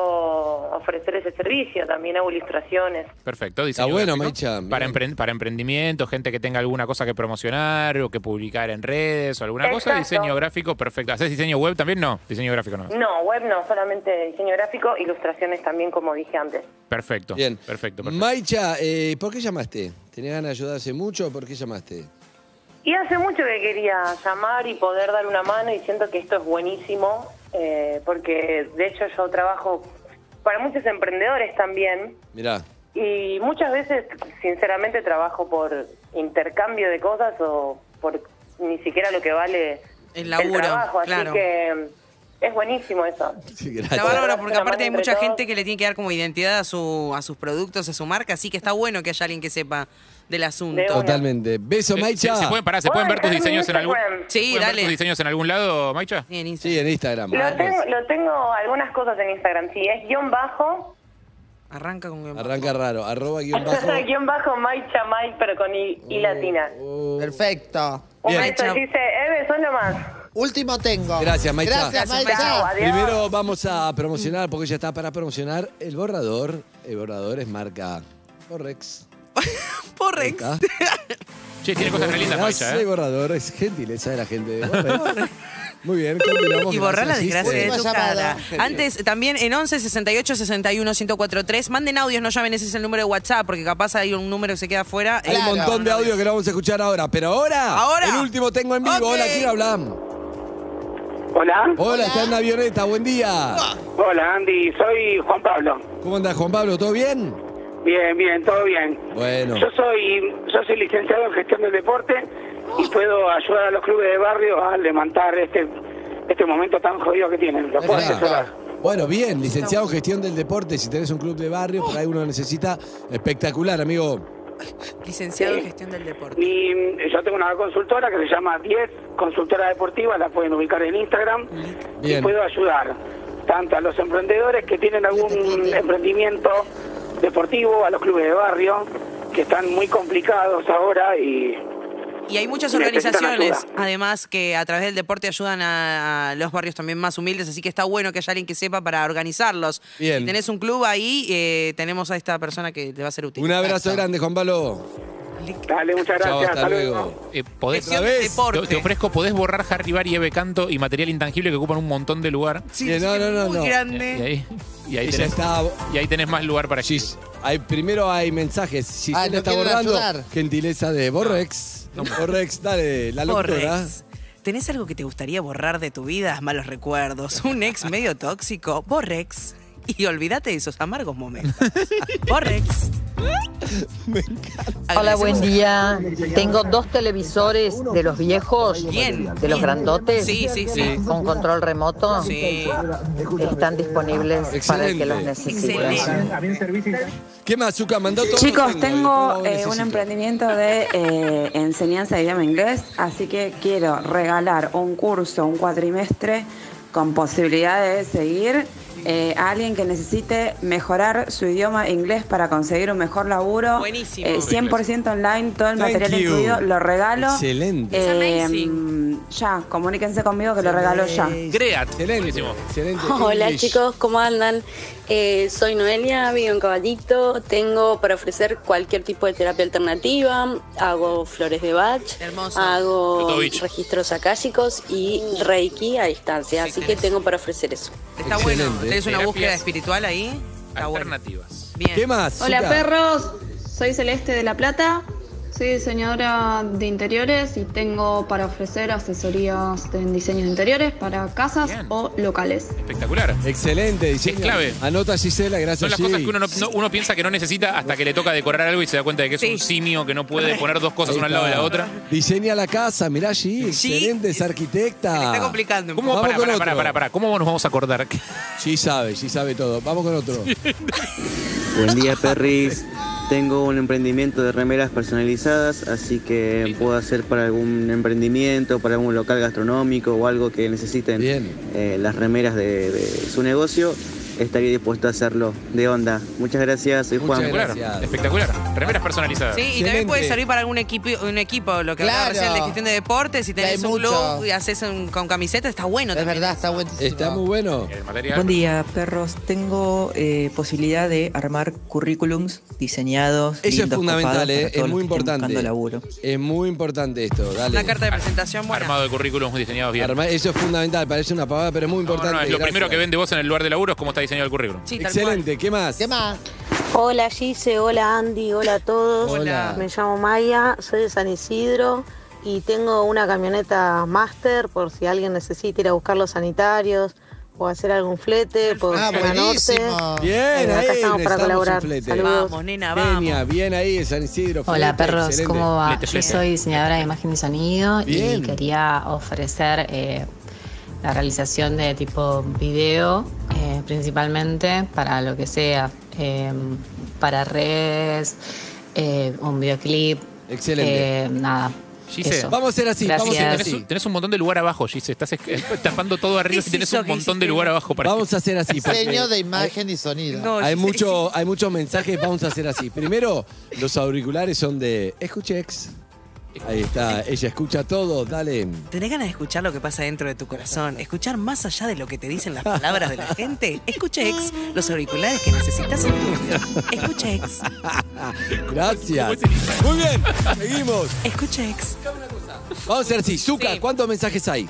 S11: ofrecer ese servicio. También hago ilustraciones.
S5: Perfecto, diseño
S2: bueno,
S5: gráfico.
S2: Maicha,
S5: Para,
S2: bien.
S5: emprendimientos, para emprendimiento, gente que tenga alguna cosa que promocionar o que publicar en redes o alguna cosa,
S11: Exacto.
S5: diseño gráfico, perfecto. ¿Haces diseño web también? No, diseño gráfico no.
S11: No, web no, solamente diseño gráfico, ilustraciones también, como dije antes.
S5: Perfecto.
S2: Bien.
S5: Perfecto, perfecto.
S2: Maicha, eh, ¿por qué llamaste? ¿Tenías ganas de ayudar hace mucho o por qué llamaste?
S11: Y hace mucho que quería llamar y poder dar una mano y siento que esto es buenísimo, eh, porque de hecho yo trabajo para muchos emprendedores también.
S2: Mirá,
S11: Y muchas veces, sinceramente, trabajo por intercambio de cosas o por ni siquiera lo que vale
S3: El laburo,
S11: trabajo. Así
S3: claro.
S11: que es buenísimo eso.
S2: sí,
S3: Está
S2: gracias.
S3: bárbaro porque
S11: Una
S3: aparte hay
S11: mano entre
S3: mucha
S11: todos.
S3: gente que le tiene que dar como identidad a, su, a sus productos, a su marca, así que está bueno que haya alguien que sepa del
S11: De
S3: asunto.
S11: una.
S2: Totalmente. Beso,
S5: Eh,
S2: Maicha.
S5: ¿Se, se pueden, pará, ¿se pueden ver tus
S11: Bueno,
S5: diseños en algún
S11: Instagram.
S3: Sí,
S5: ¿pueden ver
S3: dale.
S5: tus diseños en algún lado, Maicha?
S3: Bien, Insta.
S2: Sí, en Instagram.
S11: Lo tengo, lo tengo algunas cosas en Instagram. Sí, es guión bajo,
S3: Arranca con guión bajo.
S2: Arranca raro. Arroba guión bajo.
S11: guión bajo Mai Chamay, pero con I, I latina.
S2: Oh.
S4: Perfecto.
S11: Un
S2: Bien.
S11: beso,
S3: Chao.
S11: dice, Eve, son lo más.
S4: Último tengo.
S2: Gracias, Maicha.
S4: Gracias,
S3: Gracias,
S4: Maicha.
S3: Maicha.
S11: Adiós.
S2: Primero vamos a promocionar, porque ya está para promocionar el borrador. El borrador es marca Borrex.
S3: Porrex.
S2: Ahí está.
S5: Che, tiene cosas re lindas, Maicha,
S2: Gracias,
S5: ¿eh?
S2: borrador, es gentileza de la gente de Borrex. Muy bien, continuamos.
S3: Y borrar la
S2: Gracias,
S3: desgracia
S2: Gisela.
S3: de tu
S4: Última
S3: cara.
S4: llamada.
S3: Antes, también en 11 68 61 1043. Manden audios, no llamen, ese es el número de WhatsApp, porque capaz hay un número que se queda afuera.
S2: Hay un montón de audio que lo vamos a escuchar ahora, pero ahora,
S3: Ahora.
S2: el último tengo en vivo.
S3: Ok.
S2: Hola, ¿quién habla?
S9: Hola.
S2: Hola, está en la avioneta, buen día.
S9: Hola, Andy. Soy Juan Pablo.
S2: ¿Cómo andás, Juan Pablo? ¿Todo bien?
S9: Bien, bien, todo bien.
S2: Bueno,
S9: Yo soy, yo soy licenciado en gestión del deporte y puedo ayudar a los clubes de barrio a levantar este este momento tan jodido que tienen. Lo puedo
S2: Perfecto.
S9: asesorar.
S2: bueno, bien, licenciado en gestión del deporte, si tenés un club de barrio, por ahí uno necesita, espectacular, amigo.
S3: Licenciado
S9: Sí.
S3: en Gestión del Deporte.
S9: Mi, eh, yo tengo una consultora que se llama 10 Consultora Deportiva, la pueden ubicar en Instagram
S2: Bien.
S9: y puedo ayudar tanto a los emprendedores que tienen algún emprendimiento deportivo, a los clubes de barrio que están muy complicados ahora y
S3: Y hay muchas
S9: Necesitan
S3: organizaciones,
S9: ayuda.
S3: además, que a través del deporte ayudan a, a los barrios también más humildes, así que está bueno que haya alguien que sepa para organizarlos.
S2: Bien.
S3: Si tenés un club ahí, eh, tenemos a esta persona que te va a ser útil.
S2: Un abrazo grande, Juan
S5: Ah,
S2: Pablo.
S9: dale, muchas gracias.
S2: Chao, hasta
S9: Hasta
S2: luego.
S5: Eh, podés-
S3: Gestión del deporte.
S5: te, te ofrezco, podés borrar Harry Bar y Eve Canto y material intangible que ocupan un montón de lugar.
S3: Sí,
S2: Bien, Eh, no, no, no,
S3: muy
S2: no.
S5: Y,
S3: grande.
S5: ahí, y ahí
S2: Ella
S5: tenés,
S2: está-
S5: y ahí tenés más lugar para Gis.
S2: Hay, primero hay mensajes. Si
S4: Ah,
S2: se
S4: ¿no
S2: está
S4: quieren
S2: borrando,
S4: ayudar?
S2: gentileza de Borrex. Borrex, dale, la locutora.
S3: Borrex. ¿Tenés algo que te gustaría borrar de tu vida? Malos recuerdos, un ex medio tóxico, Borrex. Y olvídate de esos amargos momentos. Borrex.
S16: Hola, buen día. Tengo dos televisores de los viejos,
S3: Bien,
S16: de los
S3: bien.
S16: grandotes,
S3: Sí, sí, sí.
S16: con control remoto.
S3: Sí.
S16: Están disponibles para el que los necesite.
S2: ¿Qué más, Zuka? Mandó todo.
S17: Chicos,
S2: ¿Cómo
S17: tengo
S2: lo
S17: eh, un
S2: necesito?
S17: emprendimiento de eh, enseñanza de idioma inglés, así que quiero regalar un curso, un cuatrimestre con posibilidad de seguir eh, a alguien que necesite mejorar su idioma inglés para conseguir un mejor laburo.
S3: Buenísimo.
S17: Eh, 100% online, todo el
S2: Thank
S17: material
S2: you.
S17: incluido, lo regalo.
S2: Excelente.
S3: It's
S17: Eh,
S3: amazing.
S17: ya, comuníquense conmigo que lo regalo ya.
S5: Creat.
S2: Eh, Excelente. excelente.
S18: Hola
S2: English.
S18: chicos, ¿cómo andan? Eh, soy Noelia, vivo en Caballito, tengo para ofrecer cualquier tipo de terapia alternativa, hago flores de bach,
S3: Hermoso.
S18: hago
S5: Ludovic.
S18: registros akáshicos y reiki a distancia, así que tengo para ofrecer eso.
S3: Está bueno.
S2: Excelente.
S3: ¿Tenés una
S5: Terapias
S3: búsqueda espiritual ahí? Está bueno.
S5: Alternativas.
S3: Bien.
S2: ¿Qué más?
S19: Hola
S2: Zuka?
S19: perros, soy Celeste de La Plata, soy diseñadora de interiores y tengo para ofrecer asesorías en diseños de interiores para casas
S5: Bien.
S19: o locales.
S5: Espectacular.
S2: Excelente, diseño.
S5: Es clave.
S2: Anota Gisela, gracias.
S5: Son las
S2: Gis.
S5: cosas que uno, no- no- uno piensa que no necesita hasta que le toca decorar algo y se da cuenta de que es
S3: Sí.
S5: un simio que no puede poner dos cosas
S2: Ahí
S5: una al lado de
S2: está.
S5: la otra.
S2: Diseña la casa, mirá allí,
S3: Sí.
S2: excelente, es arquitecta.
S3: Está complicando. un
S5: ¿Cómo,
S2: Ah. Vamos
S5: para,
S2: con
S5: para,
S2: otro.
S5: para, para, para, ¿Cómo nos vamos a acordar?
S2: Sí sabe, sí sabe todo. Vamos con otro.
S20: Buen día, Perris. Tengo un emprendimiento de remeras personalizadas, así que puedo hacer para algún emprendimiento, para algún local gastronómico o algo que necesiten eh, las remeras de, de su negocio. Estaría dispuesto a hacerlo. De onda. Muchas gracias, soy Juan.
S5: Espectacular. Espectacular. Remeras personalizadas.
S3: Sí, y también puede servir para algún equipo, un equipo, lo que hablaba
S4: Claro.
S3: recién de gestión de deportes, si tenés
S4: hay
S3: un
S4: mucho.
S3: club y haces un- con camiseta, está bueno
S4: Es
S3: también.
S4: verdad, está buenísimo.
S2: Está muy bueno.
S5: El material.
S21: Buen día, perros. Tengo eh, posibilidad de armar currículums diseñados.
S2: Eso es
S21: lindos, copados
S2: fundamental,
S21: para
S2: eh,
S21: todos
S2: es muy
S21: los que estén
S2: importante.
S21: buscando laburo.
S2: Es muy importante esto, dale.
S3: Una carta de presentación buena.
S5: Armado de currículums diseñados bien.
S2: Arma- eso es fundamental, parece una pavada, pero es muy
S5: No, no,
S2: importante.
S5: es lo
S2: gracias.
S5: primero que vende vos en el lugar de laburo es cómo está diseñado el currículum.
S3: Sí, tal cual.
S2: Excelente, ¿qué más?
S4: ¿Qué más?
S12: Hola Gise, hola Andy, hola a todos.
S2: Hola.
S12: Me llamo Maya, soy de San Isidro y tengo una camioneta Master por si alguien necesita ir a buscar los sanitarios o hacer algún flete por
S4: Ah,
S12: Zona Norte.
S4: buenísimo.
S2: Bien,
S12: Bueno,
S2: ahí
S12: acá estamos para
S2: necesitamos
S12: colaborar.
S2: un flete.
S12: Saludos.
S3: Vamos, nena, vamos.
S2: Genia, bien ahí, San Isidro.
S22: Hola
S2: flete,
S22: perros,
S2: excelente.
S22: ¿cómo va?
S5: Flete,
S22: Yo
S5: flete.
S22: soy diseñadora de imagen y sonido
S2: Bien.
S22: y quería ofrecer eh, la realización de tipo video, eh, principalmente para lo que sea, eh, para redes, eh, un videoclip,
S2: Excelente.
S22: eh, nada.
S5: Gise,
S22: eso.
S2: Vamos a hacer así, vamos a hacer
S5: Tenés,
S2: así.
S5: un- tenés un montón de lugar abajo, Gise. Estás es- eh, tapando todo arriba y
S3: ¿Qué
S5: tenés
S3: hizo
S5: un
S3: que
S5: montón de
S3: hiciste?
S5: lugar abajo para
S2: Vamos a hacer así. porque
S4: Diseño de imagen y sonido.
S3: No,
S2: Hay,
S3: sí,
S2: mucho, hay muchos mensajes, vamos a hacer así. Primero, los auriculares son de Escuchex. Ahí está, ella escucha todo, dale.
S3: ¿Tenés ganas de escuchar lo que pasa dentro de tu corazón? ¿Escuchar más allá de lo que te dicen las palabras de la gente? Escucha Ex, los auriculares que necesitas en tu vida. Escucha Ex,
S2: Gracias. Muy bien, seguimos.
S3: escucha Ex.
S2: Vamos a hacer así. Zuka, ¿cuántos mensajes hay?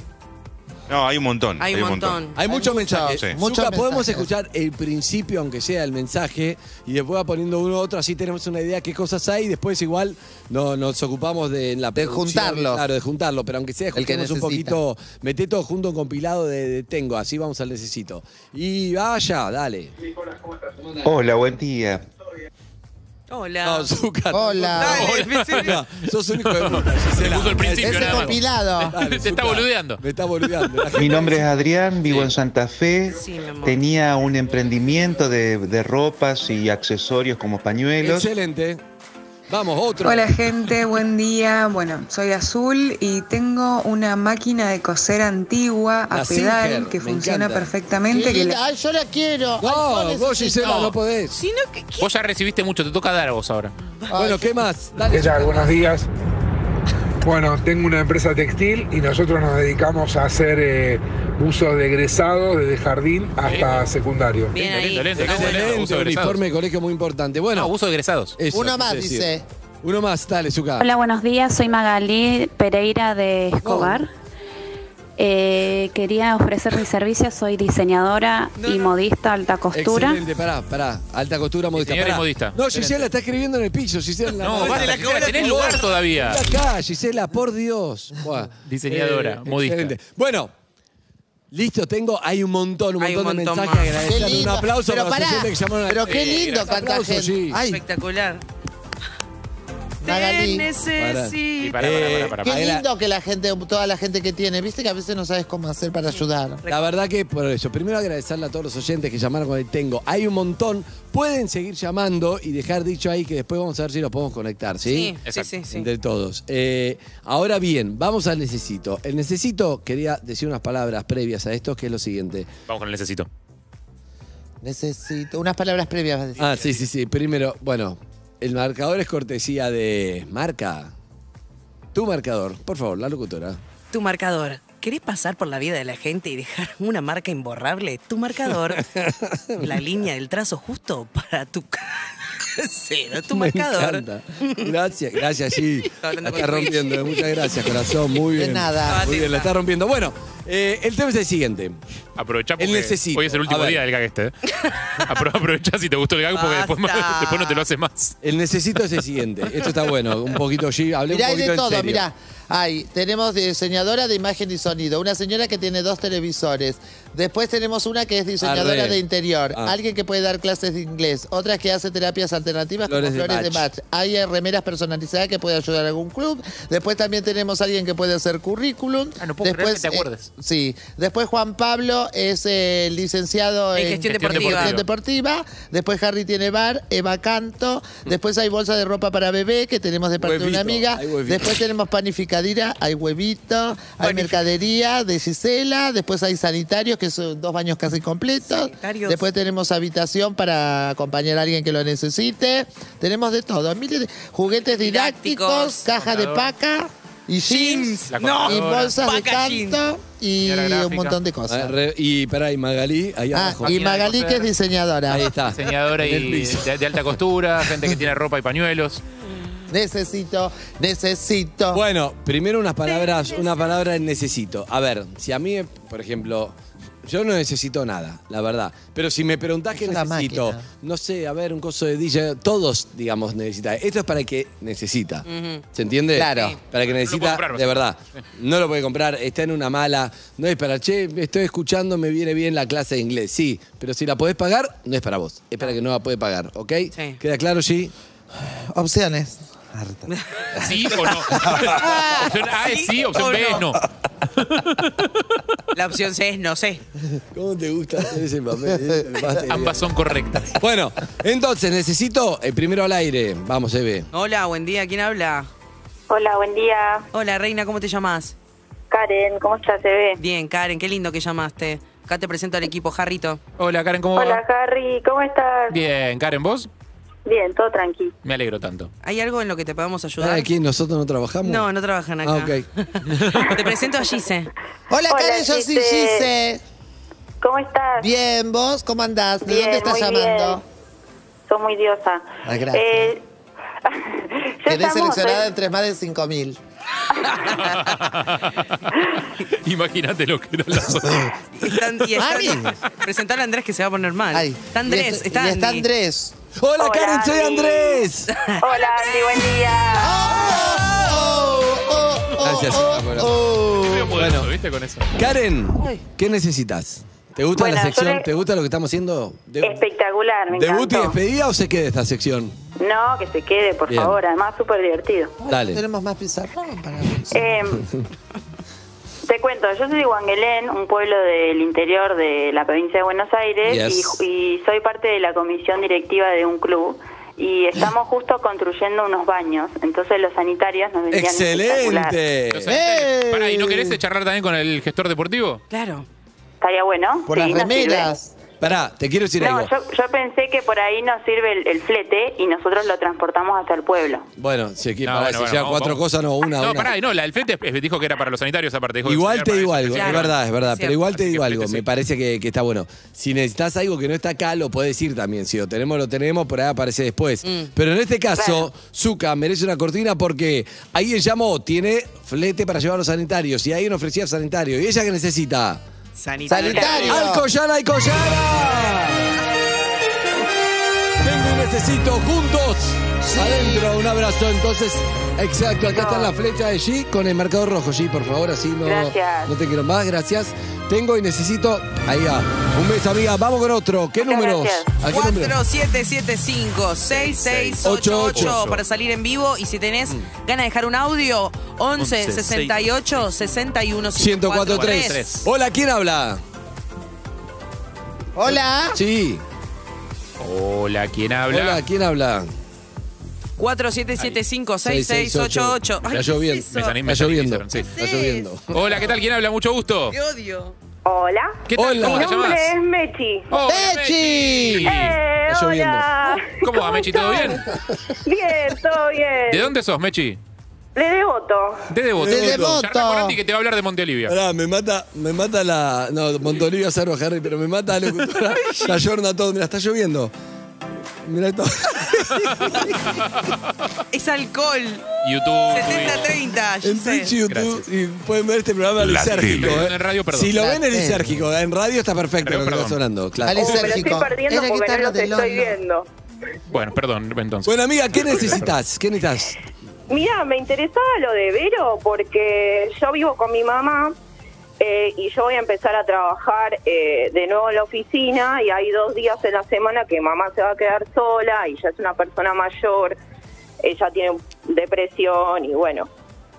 S23: No, hay un montón.
S3: Hay un montón.
S2: Hay muchos mensajes.
S23: Sí.
S2: Muchos
S4: Muchos
S2: Zuka, podemos
S4: mensajes.
S2: escuchar el principio, aunque sea el mensaje, y después va poniendo uno u otro, así tenemos una idea de qué cosas hay, y después igual no, nos ocupamos de en la
S4: De
S2: producción,
S4: juntarlos.
S2: Claro, de juntarlo, pero aunque sea,
S4: El que
S2: juntemos un
S4: necesita.
S2: poquito, meté todo junto un compilado de, de Tengo, así vamos al necesito. Y vaya, dale.
S23: Hola, buen día.
S3: Hola.
S2: No, Zuka.
S4: Hola.
S3: Dale, me
S2: Hola. Sos un hijo de puta, Gisela.
S5: puso el principio
S4: Ese
S5: nada más.
S4: compilado.
S2: Dale,
S5: Se está
S2: Zuka.
S5: boludeando.
S2: Me está boludeando. La
S23: Mi
S2: gente-
S23: nombre es Adrián, vivo en Santa Fe.
S3: Sí, mi amor.
S23: Tenía un emprendimiento de, de ropas y accesorios como pañuelos.
S2: Excelente. Vamos, otro.
S1: Hola gente, buen día. Bueno, soy Azul y tengo una máquina de coser antigua a pedal
S2: La Singer,
S1: que
S2: me
S1: funciona
S2: encanta.
S1: perfectamente.
S4: Qué
S1: Que
S4: linda. Ay, yo la quiero. Ay, yo necesito.
S2: podés.
S3: Sino que
S5: Vos ya recibiste mucho, te toca dar a vos ahora.
S2: Bueno, ¿qué más? Dale.
S6: ¿Qué tal? Buenos días. Bueno, tengo una empresa textil y nosotros nos dedicamos a hacer eh, usos de egresados desde jardín hasta secundario.
S5: Lindo, lindo, lindo, lindo, lindo.
S2: Excelente,
S5: Uso de egresados.
S2: uniforme de colegio muy importante. Bueno,
S5: No, uso de egresados.
S2: eso,
S4: Uno más,
S2: es decir.
S4: dice.
S2: Uno más, dale, Zucca.
S7: Hola, buenos días. Soy Magalí Pereira de Escobar. Eh, quería ofrecer mis servicios. Soy diseñadora y modista alta costura.
S2: Excelente, pará, pará. Alta costura, modista.
S5: Señora y
S2: pará.
S5: modista.
S2: No, Gisela está escribiendo en el piso. Gisela, la
S5: No,
S2: madre.
S5: basta, Gisela, tenés lugar todavía.
S2: Está acá, Gisela, por Dios. Buah.
S5: Diseñadora,
S2: Eh,
S5: modista.
S2: Bueno, listo, tengo. Hay un montón, un
S3: Hay un
S2: montón,
S3: montón
S2: de
S3: más.
S2: mensajes.
S3: Qué
S2: Agradecerle un
S3: lindo.
S2: aplauso para
S3: Pero
S2: los
S3: pará,
S2: oyentes que llamaron a-
S4: pero qué lindo
S2: gracias.
S4: cuánta
S2: Aplauso,
S4: gente.
S2: Eh, sí.
S4: Ay.
S3: Espectacular.
S4: Magalí.
S3: Te necesito.
S5: pará, pará, pará, pará,
S4: Qué
S2: Ahí la-
S4: lindo que la gente, toda la gente que tiene, viste que a veces no sabes cómo hacer para ayudar.
S2: La verdad que por eso, primero agradecerle a todos los oyentes que llamaron con el Tengo. Hay un montón. Pueden seguir llamando y dejar dicho ahí que después vamos a ver si los podemos conectar, ¿sí?
S3: Sí, sí, sí, sí.
S2: Entre todos. Eh, ahora bien, vamos al necesito. El necesito, quería decir unas palabras previas a esto, que es lo siguiente.
S5: Vamos con el necesito.
S4: Necesito unas palabras previas. vas a decir.
S2: Ah, sí, sí, sí. Primero, bueno, el marcador es cortesía de marca. Tu marcador, por favor, la locutora.
S3: Tu marcador. ¿Querés pasar por la vida de la gente y dejar una marca imborrable? Tu marcador. la línea del trazo justo para tu cero. Tu
S2: Me
S3: marcador.
S2: encanta. Gracias, gracias, sí. La
S3: hablando
S2: está
S3: con Luigi.
S2: rompiendo. eh. Muchas gracias, corazón. Muy
S4: De
S2: bien.
S4: nada.
S2: Muy bien, la está rompiendo. Bueno, eh, el tema es el siguiente.
S5: Aprovechá
S2: El
S5: porque
S2: necesito.
S5: hoy es el último
S2: A ver.
S5: día del gag este. ¿eh? Apro- Aprovechá si te gustó el gag porque después,
S3: Basta.
S5: después no te lo haces más.
S2: El necesito es el siguiente. Esto está bueno. Un poquito allí. Hablé
S4: Mirá,
S2: un
S4: hay
S2: poquito
S4: de
S2: en
S4: todo,
S2: serio.
S4: mirá. Hay, tenemos diseñadora de imagen y sonido, una señora que tiene dos televisores. Después tenemos una que es diseñadora
S2: Arre.
S4: de interior,
S2: Ah.
S4: alguien que puede dar clases de inglés, otra que hace terapias alternativas
S2: Flores de
S4: como flores de
S2: Bach.
S4: match. Hay eh, remeras personalizadas que puede ayudar a algún club. Después también tenemos alguien que puede hacer currículum.
S5: Ah, no puedo creer
S4: Después,
S5: que te
S4: eh,
S5: acuerdes.
S4: sí. Después Juan Pablo es eh, licenciado
S3: En
S4: en
S3: gestión
S5: deportiva.
S4: deportiva. Después Harry tiene bar, Eva canto. Después hay bolsa de ropa para bebé que tenemos de parte de
S2: Mm. Huevito,
S4: una amiga.
S2: hay huevito.
S4: Después tenemos panificadera, hay huevito, hay mercadería de Gisela, después hay sanitarios, que son dos baños casi completos.
S3: Sanitarios.
S4: Después tenemos habitación para acompañar a alguien que lo necesite. Tenemos de todo, miles de juguetes didácticos,
S3: Didácticos.
S4: caja de
S5: Contador.
S4: paca y jeans,
S5: La
S3: No.
S4: y
S5: computadora.
S4: bolsas de
S3: Paca jeans.
S4: canto y
S5: Señora gráfica.
S4: un montón de
S2: Ah,
S4: cosas.
S2: re- y pará, y Magalí, ahí
S4: Ah,
S2: abajo.
S4: y Magalí que es diseñadora.
S2: Ahí está.
S5: Diseñadora
S2: En el
S5: y
S2: piso.
S5: de, de alta costura, gente que tiene ropa y pañuelos.
S4: Necesito, necesito.
S2: Bueno, primero unas palabras, una palabra en necesito. A ver, si a mí, por ejemplo, yo no necesito nada, la verdad. Pero si me preguntás
S4: Es
S2: qué
S4: una
S2: necesito,
S4: máquina.
S2: no sé, a ver, un coso de DJ, todos, digamos, necesitan. Esto es para el que necesita. ¿Se entiende?
S4: Claro. Sí.
S2: Para el que
S5: No lo puedo
S2: necesita,
S5: comprar,
S2: de verdad. No lo puede comprar, está en una mala. No es para, che, estoy escuchando, me viene bien la clase de inglés. Sí, pero si la podés pagar, no es para vos. Es para el que no la puede pagar, ¿ok?
S3: Sí.
S2: ¿Queda claro, sí?
S4: Opciones.
S5: ¿Sí o no? opción A es sí, opción
S3: o
S5: B es no.
S3: La opción C es no sé.
S2: ¿Cómo te gusta hacer ese papel? ¿eh?
S5: Ambas son correctas.
S2: Bueno, entonces necesito el primero al aire. Vamos, Eve.
S3: Hola, buen día. ¿Quién habla?
S11: Hola, buen día.
S3: Hola, Reina, ¿cómo te llamas?
S11: Karen, ¿cómo estás, ve?
S3: Bien, Karen, qué lindo que llamaste. Acá te presento al equipo, Jarrito.
S5: Hola, Karen, ¿cómo
S11: Hola,
S5: va?
S11: Harry, ¿cómo estás?
S5: Bien, Karen, ¿vos?
S11: Bien, todo tranquilo.
S5: Me alegro tanto.
S3: ¿Hay algo en lo que te podemos ayudar?
S2: Ah, ¿quién? ¿Nosotros no trabajamos?
S3: No, no trabajan
S2: Ah,
S3: acá.
S2: ok.
S3: Te presento a Gise.
S11: Hola,
S4: Hola, Karen, yo soy
S11: Gise.
S4: Gise.
S11: ¿Cómo estás?
S4: Bien, ¿vos cómo andás? ¿De
S11: Bien,
S4: dónde estás
S11: muy
S4: llamando?
S11: bien. Soy muy diosa.
S4: Ah, gracias.
S11: Eh, ya
S4: Quedé
S11: estamos,
S4: seleccionada
S11: eh.
S4: entre más de 5.000.
S5: Imagínate lo que eran las otras.
S3: Y están- y están-
S4: Mami.
S3: Presentar a Andrés que se va a poner mal.
S4: Ay,
S3: Está
S4: y
S3: Andrés,
S4: est-
S3: está
S4: y está
S3: Andy.
S4: Andrés.
S2: Hola,
S11: Hola,
S2: Karen, soy
S11: Andy.
S2: Andrés.
S11: Hola, Andy, buen día.
S4: Oh, oh, oh,
S2: Gracias.
S4: oh, oh.
S5: Muy poderoso,
S2: Uh, Bueno.
S5: ¿viste? Con eso.
S2: Karen, ¿qué necesitas? ¿Te gusta
S11: Bueno,
S2: la
S11: yo
S2: sección?
S11: le-
S2: ¿Te gusta lo que estamos haciendo? De...
S11: Espectacular, me
S2: ¿Debut y
S11: encantó.
S2: despedida o se queda esta sección?
S11: No, que se quede, por
S2: Bien.
S11: favor. Además, súper divertido.
S2: Dale.
S4: Tenemos más pizarrón para
S11: Eh, te cuento, yo soy de Huanguelén, un pueblo del interior de la provincia de Buenos Aires,
S2: Yes.
S11: y, y soy parte de la comisión directiva de un club
S12: y estamos justo construyendo unos baños. Entonces los sanitarios nos vendrían espectacular.
S5: Los sanitarios. Pará, ¿y no querés charlar también con el gestor deportivo?
S3: Claro.
S12: Estaría bueno.
S2: Por
S12: Sí,
S2: las
S12: nos sirve.
S2: remeras. Pará, te quiero decir
S12: No,
S2: algo.
S12: yo, yo pensé que por ahí nos sirve el, el flete y nosotros lo transportamos hasta el pueblo.
S2: Bueno, si aquí
S5: No,
S2: pará,
S5: bueno,
S2: si
S5: bueno,
S2: llegan
S5: vamos,
S2: cuatro
S5: vamos.
S2: cosas, no, una,
S5: No,
S2: una.
S5: pará, y no, la del flete es- dijo que era para los sanitarios aparte. dijo que
S2: Igual
S5: era
S2: te
S5: para
S2: digo
S5: eso.
S2: algo,
S5: Claro.
S2: es verdad, es verdad.
S5: Sí,
S2: pero igual
S5: así
S2: te
S5: que
S2: digo
S5: el flete
S2: algo,
S5: sí.
S2: me parece que, que está bueno. Si necesitas algo que no está acá, lo podés decir también. Si lo tenemos, lo tenemos, por ahí aparece después.
S5: Mm.
S2: Pero en este caso, Zuka merece una cortina porque alguien llamó, tiene flete para llevar los sanitarios y alguien ofrecía sanitario. ¿Y ella qué necesita?
S3: Sanitario.
S2: ¡Al collar, al collar! Tengo y necesito juntos. Adentro, un abrazo. Entonces, exacto, acá está la flecha de G con el marcador rojo. G, por favor, así no,
S12: Gracias.
S2: no te quiero más. Gracias. Tengo y necesito. Ahí va. Un beso, amiga. Vamos con otro. ¿Qué números? ¿A qué número?
S3: 4775-6688 para salir en vivo. Y si tenés gana de dejar un audio, 11 68 61
S2: 1043. Hola, ¿quién habla?
S3: Ah.
S4: Hola.
S2: Sí.
S5: Hola, ¿quién habla?
S2: Hola, ¿quién habla?
S3: 4775-6688.
S2: Está lloviendo.
S5: Me saní- me
S2: Está
S5: saní,
S2: lloviendo.
S5: me saní.
S2: Está lloviendo.
S5: Hola, ¿qué tal? ¿Quién habla? Mucho gusto.
S3: Te odio.
S11: Hola.
S5: ¿Qué tal?
S11: Mi
S5: ¿Cómo te
S11: nombre
S5: llamás? Oh,
S11: es Mechi.
S5: Hola, Mechi.
S11: Eh,
S5: Está lloviendo.
S11: hola.
S5: ¿Cómo va, Mechi? ¿Todo bien?
S11: Bien, todo bien.
S5: ¿De dónde sos, Mechi?
S11: Le devoto.
S5: De Devoto.
S2: De Devoto.
S5: Charla con Andy que te va a hablar de Monteolivia.
S2: Pará, me mata, me mata la. No, Montolivia Sarro Harry, pero me mata la locutora. la Jorna todo, mira, está lloviendo. Mira esto.
S3: Es alcohol. Oh,
S5: YouTube.
S3: 70-30. yo
S2: En
S3: sé.
S2: Twitch y YouTube y pueden ver este programa
S5: La
S2: lisérgico.
S5: tele.
S2: eh.
S5: En radio, perdón.
S2: si lo
S5: La
S2: ven es
S5: tele.
S2: lisérgico, en radio está perfecto
S5: Radio,
S2: lo que está
S5: perdón.
S2: sonando. Claro.
S11: Oh, me lo estoy perdiendo
S4: Era
S11: porque no
S4: guitarra
S11: los
S4: de
S11: estoy
S4: Lola.
S11: viendo.
S5: Bueno, perdón, entonces.
S2: Bueno, amiga, ¿qué necesitas? ¿Qué necesitas?
S11: Mira, me interesaba lo de Vero porque yo vivo con mi mamá eh, y yo voy a empezar a trabajar eh, de nuevo en la oficina y hay dos días en la semana que mamá se va a quedar sola y ya es una persona mayor, ella tiene depresión y bueno.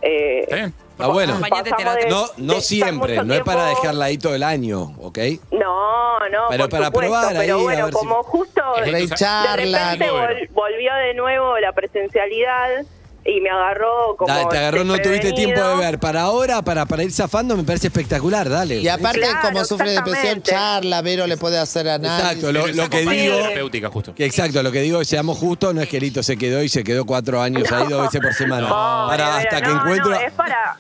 S11: Eh,
S2: Ah, bueno.
S11: Acompañante terapia.
S2: No,
S11: De
S2: no
S11: estar
S2: siempre,
S11: mucho
S2: no es para
S11: tiempo-
S2: dejarla ahí todo el año, ¿ok?
S11: No, no,
S2: Pero
S11: por
S2: para
S11: supuesto,
S2: probar
S11: pero
S2: ahí, a
S11: bueno,
S2: ver si-
S11: como justo
S2: Por ahí
S11: de
S2: charlan.
S11: repente vol- volvió de nuevo la presencialidad y me agarró como
S2: Dale, te agarró, no tuviste tiempo de
S11: desprevenido.
S2: ver. Para ahora, para, para ir zafando, me parece espectacular, dale.
S4: Y aparte,
S11: Claro,
S4: como sufre de depresión,
S11: exactamente.
S4: charla, Vero le puede hacer análisis.
S2: Exacto, lo, lo que
S5: Compañía
S2: digo.
S5: terapéutica, justo.
S2: Que exacto, lo que digo es seamos justos, no es que Lito se quedó y se quedó cuatro años ahí dos veces por semana.
S11: No,
S2: Para
S11: Vera,
S2: hasta que
S11: no,
S2: encuentro.
S11: no, es para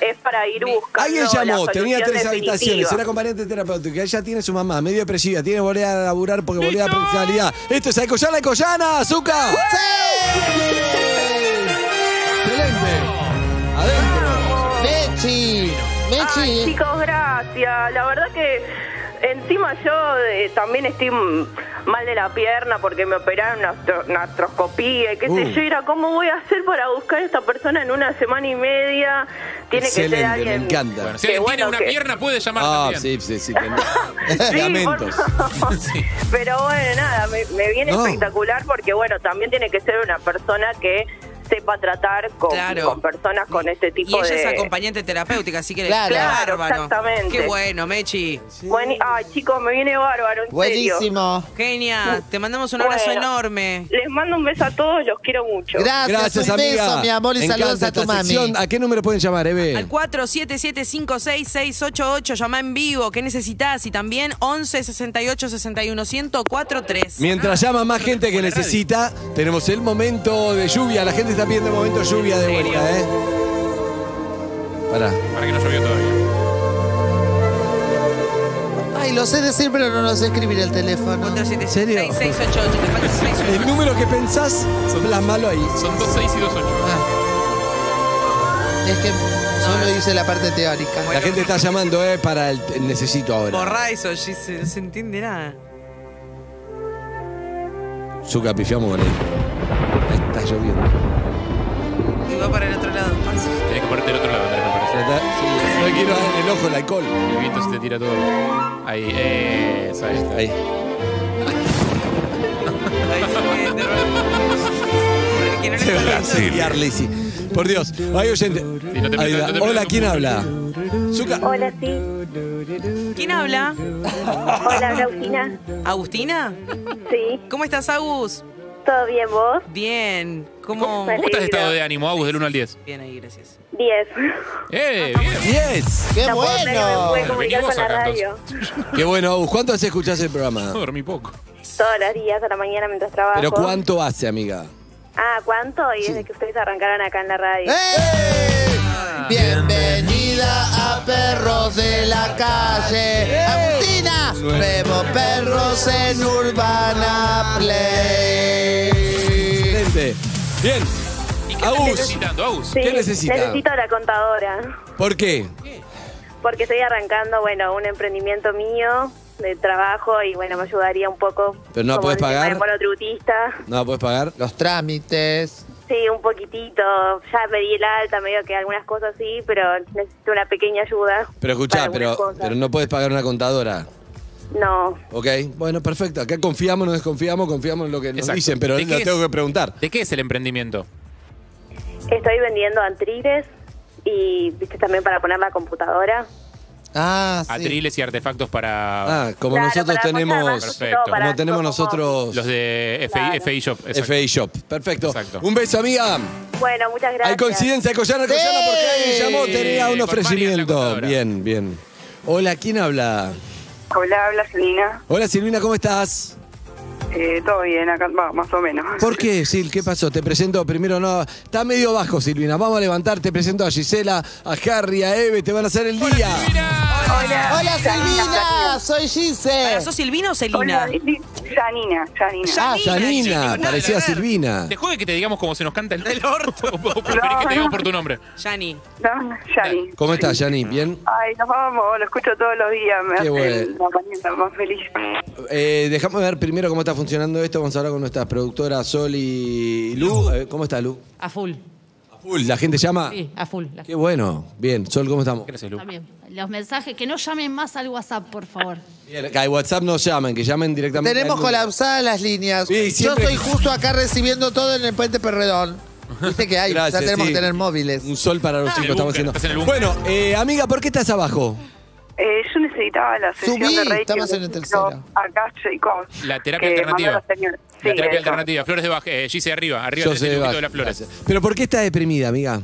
S11: es para ir buscando
S2: Alguien llamó,
S11: la
S2: tenía
S11: solución
S2: tres
S11: definitiva.
S2: habitaciones, era acompañante terapéutica, ella tiene su mamá, medio depresiva, tiene que volver a laburar porque volvía a la presencialidad. Esto es Aycoyana, Aycoyana, Azúcar. Excelente. Adentro.
S4: Mechi. Mechi.
S11: Ay, chicos, gracias. La verdad que encima yo eh, también estoy mm, mal de la pierna porque me operaron una, astro- una artroscopía y qué
S2: Uh.
S11: sé yo. Era cómo voy a hacer para buscar a esta persona en una semana y media. Tiene que ser
S2: Excelente, me
S11: alguien.
S2: encanta.
S5: Bueno, si
S11: Qué
S5: alguien tiene
S11: bueno
S5: una
S11: que-
S5: pierna, puede llamar
S2: Ah,
S5: también.
S2: sí, sí, sí. que-
S11: Sí, por
S2: Lamentos.
S11: favor. Pero bueno, nada, me, me viene
S2: No.
S11: espectacular porque, bueno, también tiene que ser una persona que sepa tratar con,
S3: Claro.
S11: con personas con este
S3: Y
S11: tipo
S3: ella
S11: de...
S3: es acompañante terapéutica, así que le
S11: Claro.
S3: qué
S11: Claro,
S3: bárbaro.
S11: exactamente.
S3: Qué bueno, Mechi.
S11: Buen- Ay, chicos, me viene bárbaro, en serio.
S3: Genia, te mandamos un abrazo
S11: Bueno.
S3: enorme.
S11: Les mando un beso a todos, los quiero mucho.
S2: Gracias, amiga. Me encanta esta sección. ¿A qué número pueden llamar, Eve?
S3: Al 47756688, llama en vivo, ¿qué necesitas? Y también 11 68 61 1043.
S2: Mientras llama más gente que necesita, tenemos el momento de lluvia. La gente está pidiendo el momento de lluvia de vuelta, ¿eh? Pará.
S5: Para que no llovió todavía.
S4: Ay, lo sé decir, pero no lo sé escribir el teléfono.
S3: ¿En
S4: serio?
S3: 6688, te falta
S2: El
S3: 688.
S2: número que pensás, plasmalo ahí.
S5: Son dos, seis y dos, ocho.
S4: Ah. Es que solo hice la parte teórica.
S2: La gente está llamando, ¿eh? Para el el necesito ahora.
S3: Borrá eso, Gise, no se entiende nada.
S2: Zucca, pifiamos con él. Está lloviendo.
S3: Y va para el otro lado.
S5: Tenés que ponerte del otro lado, Andrés, me parece.
S2: Ya está. No quiero dar en el ojo el alcohol.
S5: El viento se te tira todo. Ahí, eh, eso, ahí está.
S2: Ahí. Brasil. Por Dios. Hay oyente.
S5: no te
S2: Ahí
S5: metas,
S2: va.
S5: no te
S2: Hola,
S5: metas.
S2: ¿quién habla?
S8: Hola, sí.
S3: ¿Quién habla?
S8: Hola, Agustina.
S3: ¿Agustina?
S8: Sí.
S3: ¿Cómo estás, Agus?
S10: ¿Todo bien vos?
S3: Bien. ¿Cómo,
S5: ¿Cómo estás de estado de ánimo, Agus, del 1 al 10?
S3: Bien ahí, gracias.
S10: 10.
S5: ¡Eh, bien!
S2: ¡Yes!
S10: No puedo creer que me pude
S5: Bueno,
S10: comunicar
S5: venimos
S10: con la
S5: acá,
S10: radio.
S2: Qué bueno, Agus. ¿Cuánto hace escuchás el programa?
S5: Yo dormí poco.
S10: Todos los días a la mañana mientras trabajo.
S2: ¿Pero cuánto hace, amiga?
S10: Ah, ¿cuánto? Y desde que ustedes arrancaron acá en la radio.
S11: ¡Eh!
S5: Ah.
S4: Bienvenida a Perros de la Calle. Agustina, nuevo Perros en Urbana Play.
S2: Excelente. Bien.
S5: ¿Y qué
S2: Agus.
S5: estás necesitando, Agus?
S10: Sí,
S2: ¿Qué necesita?
S10: Necesito la contadora.
S2: ¿Por qué?
S10: Porque estoy arrancando, bueno, un emprendimiento mío de trabajo y, bueno, me ayudaría un poco.
S2: ¿Pero no la
S10: como
S2: podés
S10: el tema
S2: pagar?
S10: de monotributista.
S2: ¿No la puedes pagar?
S4: Los trámites.
S10: Sí, un poquitito. Ya pedí el alta, medio que algunas cosas sí, pero necesito una pequeña ayuda.
S2: Pero
S10: para
S2: escuchá,
S10: algunas
S2: pero,
S10: cosas.
S2: pero no puedes pagar una contadora.
S10: No.
S2: Ok, bueno, perfecto. Acá confiamos, no desconfiamos, confiamos en lo que nos
S5: Exacto.
S2: dicen, pero
S5: ¿De
S2: lo
S5: qué
S2: tengo
S5: es?
S2: que preguntar.
S5: ¿De qué es el emprendimiento?
S10: Estoy vendiendo antriles y, viste, también para poner la computadora.
S4: Ah,
S5: Atriles y artefactos para.
S2: Ah, como
S10: Claro,
S2: nosotros
S10: para
S2: tenemos.
S10: conservar,
S5: Perfecto.
S10: para-
S2: Como tenemos
S10: como-
S2: nosotros.
S5: Los de FI,
S10: Claro.
S5: FI Shop. exacto.
S2: FA Shop. Perfecto.
S5: Exacto.
S2: Un beso, amiga.
S10: Bueno, muchas gracias.
S2: Hay coincidencia, hay Collana, hay Collana, porque alguien llamó, tenía un
S5: Con Marian,
S2: ofrecimiento.
S5: la contadora.
S2: Bien, bien. Hola, ¿quién habla?
S14: Hola, habla Selina.
S2: Hola, Silvina, ¿cómo estás?
S14: Eh, todo bien acá, va, más o menos.
S2: ¿Por qué, Sil? ¿Qué pasó? Te presento primero, no. Está medio bajo, Silvina. Vamos a levantar, te presento a Gisela, a Harry, a Eve, te van a hacer el día.
S10: Hola.
S4: Hola, Silvina, soy Gise.
S3: ¿Sos Silvina o Celina?
S14: Janina, Janina.
S2: Ah, Janina,
S5: Janina,
S2: parecía
S5: nada,
S11: Ah,
S2: Silvina.
S5: Te jode que te digamos como se nos canta el, orto. Preferís que te digamos por tu nombre.
S3: Yani.
S14: No, Yani.
S2: ¿Cómo estás, Jani? ¿Bien?
S14: Ay, nos vamos, lo escucho todos los días. Me
S2: Qué
S14: hace
S2: bueno.
S14: la mañana más feliz.
S2: Eh, dejamos ver primero cómo está funcionando esto. Vamos a hablar con nuestras productoras Sol y Lu. Eh, ¿Cómo está, Lu?
S24: A full.
S2: A full, la gente llama.
S24: Sí, a full. La-
S2: Qué bueno. Bien, Sol, ¿cómo estamos?
S5: Gracias,
S24: Está bien. Los mensajes, que no llamen más al WhatsApp, por favor.
S2: Bien, acá en WhatsApp no llamen, que llamen directamente.
S4: Tenemos
S2: al número.
S4: colapsadas las líneas.
S2: Sí,
S4: Yo
S2: siempre-
S4: estoy justo acá recibiendo todo en el puente Perredón. Viste que hay,
S2: Gracias,
S4: ya tenemos
S2: sí.
S4: que tener móviles.
S2: Un sol para los
S5: Estás en
S2: chicos,
S5: el
S2: estamos
S5: búnker,
S2: haciendo.
S5: estás en el búnker.
S2: Bueno, eh, amiga, ¿por qué estás abajo?
S14: Eh, yo necesitaba la sesión
S4: Subí,
S14: de rating.
S4: estamos en la tercera.
S14: Acá, chicos.
S5: La terapia
S14: Eh,
S5: alternativa.
S14: mandó a la señora.
S5: La
S14: Sí,
S5: terapia
S14: eso.
S5: alternativa. Flores de baja. Eh, Gise arriba. Arriba
S2: Yo
S5: del
S2: sé de
S5: circuito
S2: baja,
S5: de las flores.
S2: ¿Pero por qué estás deprimida, amiga?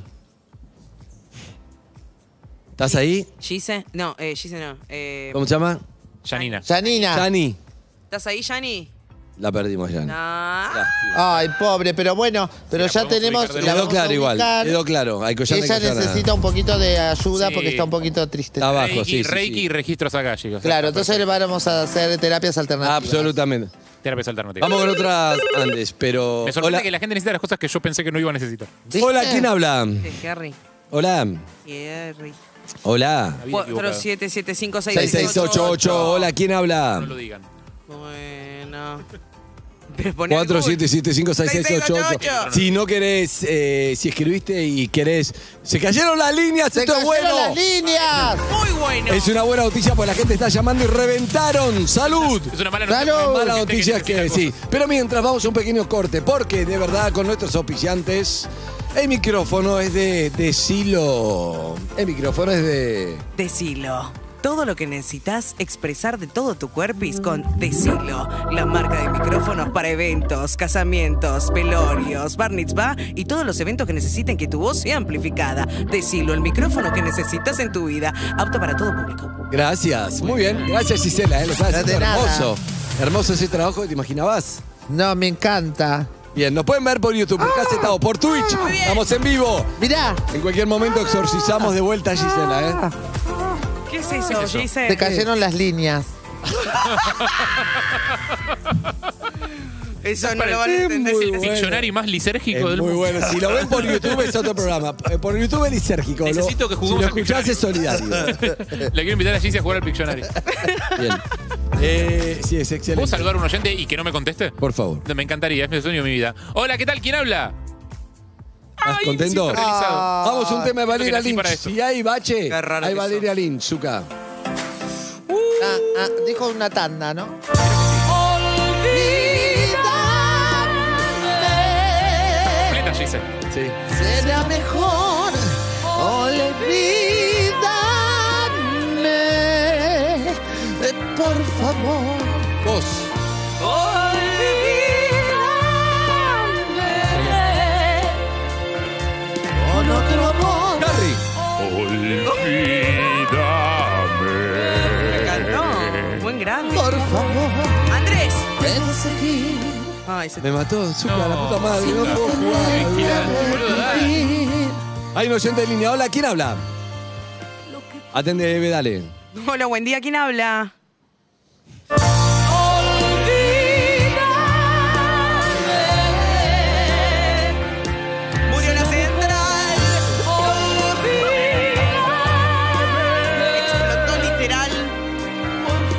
S2: ¿Estás ahí?
S3: ¿Gise? No, eh, Gise no. Eh,
S2: ¿Cómo se llama?
S5: Janina.
S4: Janina.
S2: Jani.
S3: ¿Estás ahí, Ah, Yani?
S2: La perdimos, Jani.
S3: No.
S4: Ay, pobre, pero bueno, pero ya tenemos.
S2: Quedó
S4: vamos a
S2: claro igual,
S4: ubicar.
S2: quedó claro. Hay Collana y
S4: Ella
S2: Collana.
S4: necesita un poquito de ayuda
S5: Sí.
S4: porque está un poquito triste.
S2: Está abajo,
S5: Reiki,
S2: sí, sí,
S5: Reiki
S2: sí.
S5: y registros acá, chicos.
S4: Claro, entonces le vamos a hacer terapias alternativas.
S2: Ah, Absolutamente.
S5: Terapias alternativas.
S2: Vamos con otras antes, pero.
S5: Me sorprende
S2: Hola,
S5: que la gente necesita las cosas que yo pensé que no iba a necesitar.
S2: Hola, ¿quién habla?
S3: Eh, Harry.
S2: Hola,
S3: Harry.
S2: hola.
S5: Había equivocado.
S3: 47756688.
S2: 6688, hola, ¿quién
S5: No lo
S2: habla?
S5: digan.
S3: Bueno. Pero poné el Google.
S2: 47756688. Si no querés, eh, si escribiste y querés. Se cayeron las líneas,
S4: ¡Se
S2: esto es bueno.
S4: cayeron las líneas!
S3: Muy bueno.
S2: Es una buena noticia porque la gente está llamando y reventaron. ¡Salud!
S5: Es una mala noticia.
S4: ¡Salud!
S5: gente
S2: Mala
S5: que
S2: noticia
S5: necesita
S2: que
S5: cosas.
S2: sí. Pero mientras vamos a un pequeño corte, porque de verdad con nuestros auspiciantes, el micrófono es de, de Silo. El micrófono es de.
S3: Decilo. Todo lo que necesitas expresar de todo tu cuerpis con Decilo, la marca de micrófonos para eventos, casamientos, velorios, bar mitzvah y todos los eventos que necesiten que tu voz sea amplificada. Decilo, el micrófono que necesitas en tu vida, apto para todo público.
S2: Gracias. Muy bien. Gracias, Gisela. ¿eh? Lo estás
S4: No
S2: haciendo
S4: de nada.
S2: hermoso. Hermoso ese trabajo que te imaginabas.
S4: No, me encanta.
S2: Bien, nos pueden ver por YouTube, por Caseta o por Twitch. Estamos en vivo.
S4: Mirá,
S2: En cualquier momento exorcizamos de vuelta a Gisela, ¿eh?
S3: ¿Qué es eso, Gise?
S4: se cayeron las líneas.
S3: Eso no lo van a entender
S2: muy
S3: si les-
S5: Diccionario más lisérgico
S2: Es
S5: del
S2: muy
S5: mundo.
S2: bueno. Si lo ven por YouTube es otro programa. Eh, Por YouTube es lisérgico. Lo-
S5: Necesito que
S2: Si
S5: juguemos
S2: lo
S5: al
S2: escuchás
S5: Pictionary.
S2: es solidario.
S5: La quiero invitar a Gise a jugar al Pictionary.
S2: Bien. Eh, sí, es
S5: ¿Puedo
S2: excelente.
S5: saludar a un oyente y que no me conteste?
S2: Por favor.
S5: Me encantaría, es mi sueño de mi vida. Hola, ¿qué tal? ¿Quién habla?
S2: ¿Estás
S5: Ay,
S2: contento? Ah.
S5: me siento realizado.
S2: Vamos, un tema de
S5: Siento que
S2: Valeria
S5: nací
S2: Lynch.
S5: para esto.
S2: Si hay bache,
S3: Qué raro
S2: hay
S3: que
S2: Valeria Lynch, Zuka.
S4: Ah, ah, dijo una tanda, ¿no?
S5: Completa, Gise.
S2: Sí.
S4: Será mejor olvidarme. Eh, Por favor.
S2: Vos.
S4: Olvidarme. con otro amor.
S5: Olvídame.
S3: No, buen gran.
S4: Por favor.
S3: Andrés.
S4: Ay,
S2: Me mató, Zucca,
S3: No.
S2: la puta madre. No puedo jugar. Hay un oyente de línea. Hola, ¿quién habla? Atende, Eve, dale.
S3: Hola, buen día. ¿Quién habla? Murió la central. Explotó literal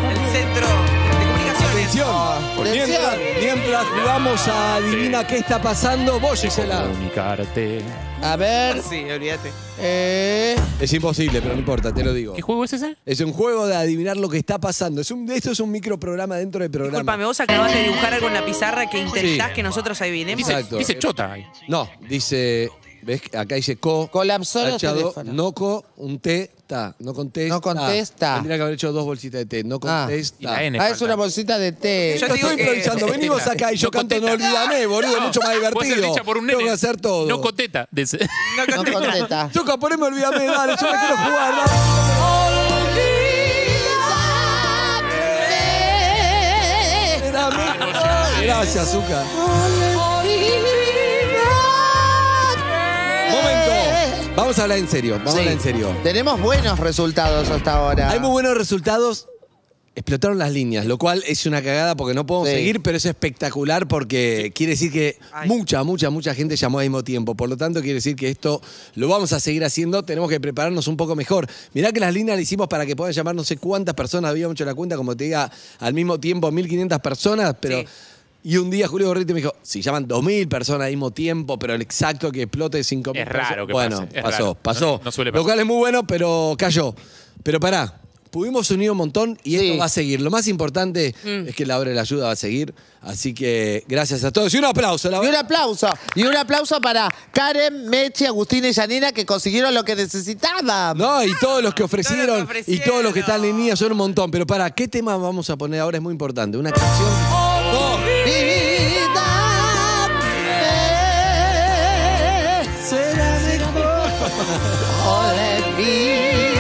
S3: el centro de comunicaciones.
S2: Atención. Mientras, mientras jugamos a Adivina qué está pasando, vos, Gisela.
S5: Comunicarte.
S4: A ver.
S3: Sí, olvídate.
S4: Eh.
S2: Es imposible, pero no importa, te lo digo.
S5: ¿Qué juego es ese?
S2: Es un juego de adivinar lo que está pasando. Es un, esto es un microprograma dentro del programa.
S3: Disculpame, vos acabas de dibujar algo en la pizarra que intentás
S2: Sí.
S3: que nosotros adivinemos.
S2: Exacto. No, dice. Eh, ¿Ves? Acá dice co.
S4: Colapsó los
S2: tachado,
S4: teléfonos.
S2: No co, un T, ta. No contesta.
S4: No contesta.
S2: Tendría que haber hecho dos bolsitas de té. No
S4: Ah.
S2: contesta.
S4: Ah, es una bolsita de té.
S2: Yo eh, estoy improvisando. Venimos acá y yo canto No olvídame, boludo. mucho más
S5: Puede ser
S2: divertido.
S5: dicha por un
S2: Tengo
S5: nene.
S2: que hacer todo.
S5: No coteta. dice.
S4: No contesta.
S2: Chuca, poneme olvídame, dale. Yo me quiero jugar. dale. Gracias, Zuka. Momento. Vamos a hablar en serio. Vamos a hablar en serio.
S4: Tenemos buenos resultados hasta ahora.
S2: Hay muy buenos resultados. Explotaron las líneas, lo cual es una cagada porque no podemos
S4: Sí.
S2: seguir, pero es espectacular porque quiere decir que mucha, mucha, mucha gente llamó al mismo tiempo. Por lo tanto, quiere decir que esto lo vamos a seguir haciendo. Tenemos que prepararnos un poco mejor. Mirá que las líneas las hicimos para que puedan llamar no sé cuántas personas, había mucho la cuenta, como te diga, al mismo tiempo 1.500 personas, pero... Y un día Julio Gorriti me dijo, si llaman 2.000 personas al mismo tiempo, pero el exacto que explote 5.000
S5: Es raro que
S2: Bueno,
S5: pase, es
S2: pasó,
S5: raro.
S2: pasó.
S5: No- no suele
S2: Lo
S5: pasar.
S2: cual es muy bueno, pero cayó. Pero pará, pudimos unir un montón y esto va a seguir. Lo más importante es que la obra de la ayuda va a seguir. Así que gracias a todos. Y un aplauso, la
S4: Y un
S2: verdad.
S4: aplauso. Y un aplauso para Karen, Mechi, Agustín y Janina que consiguieron lo que necesitaban.
S2: No, y todos los que ofrecieron,
S4: Todos los que
S2: y todos los que están en línea son un montón. Pero para, ¿qué tema vamos a poner ahora? Es muy importante. Una canción. No.
S4: Olvídame, será mejor. Olvídame,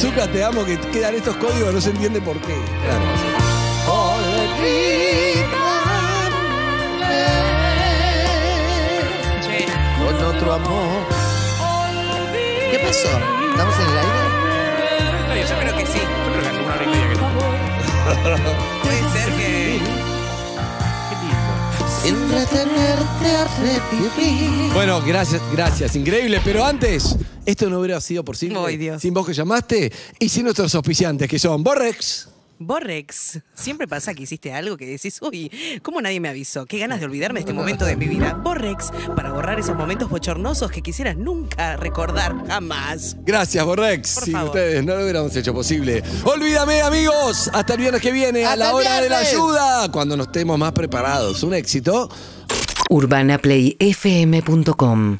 S2: Zucca, te amo que quedan estos códigos, no se entiende por qué. Claro.
S4: olvídame,
S3: Che,
S4: con otro amor. ¿Qué pasó? ¿Estamos en el aire?
S3: yo creo que sí.
S5: Yo creo que hace una hora y media que no.
S3: Puede ser que.
S4: Sin retenerte a revivir.
S2: Bueno, gracias, gracias, increíble. Pero antes, esto no hubiera sido posible sin vos que llamaste y sin nuestros auspiciantes que son Borrex.
S3: Borrex, siempre pasa que hiciste algo que decís, uy, ¿cómo nadie me avisó? Qué ganas de olvidarme de este momento de mi vida. Borrex, para borrar esos momentos bochornosos que quisieras nunca recordar jamás.
S2: Gracias, Borrex.
S3: Por
S2: Sin
S3: favor.
S2: ustedes no lo hubiéramos hecho posible. Olvídame, amigos. Hasta el viernes que viene, a
S4: Hasta
S2: la
S4: el
S2: hora de la
S4: viernes.
S2: ayuda, cuando nos estemos más preparados. Un éxito.
S9: urbanaplayfm.com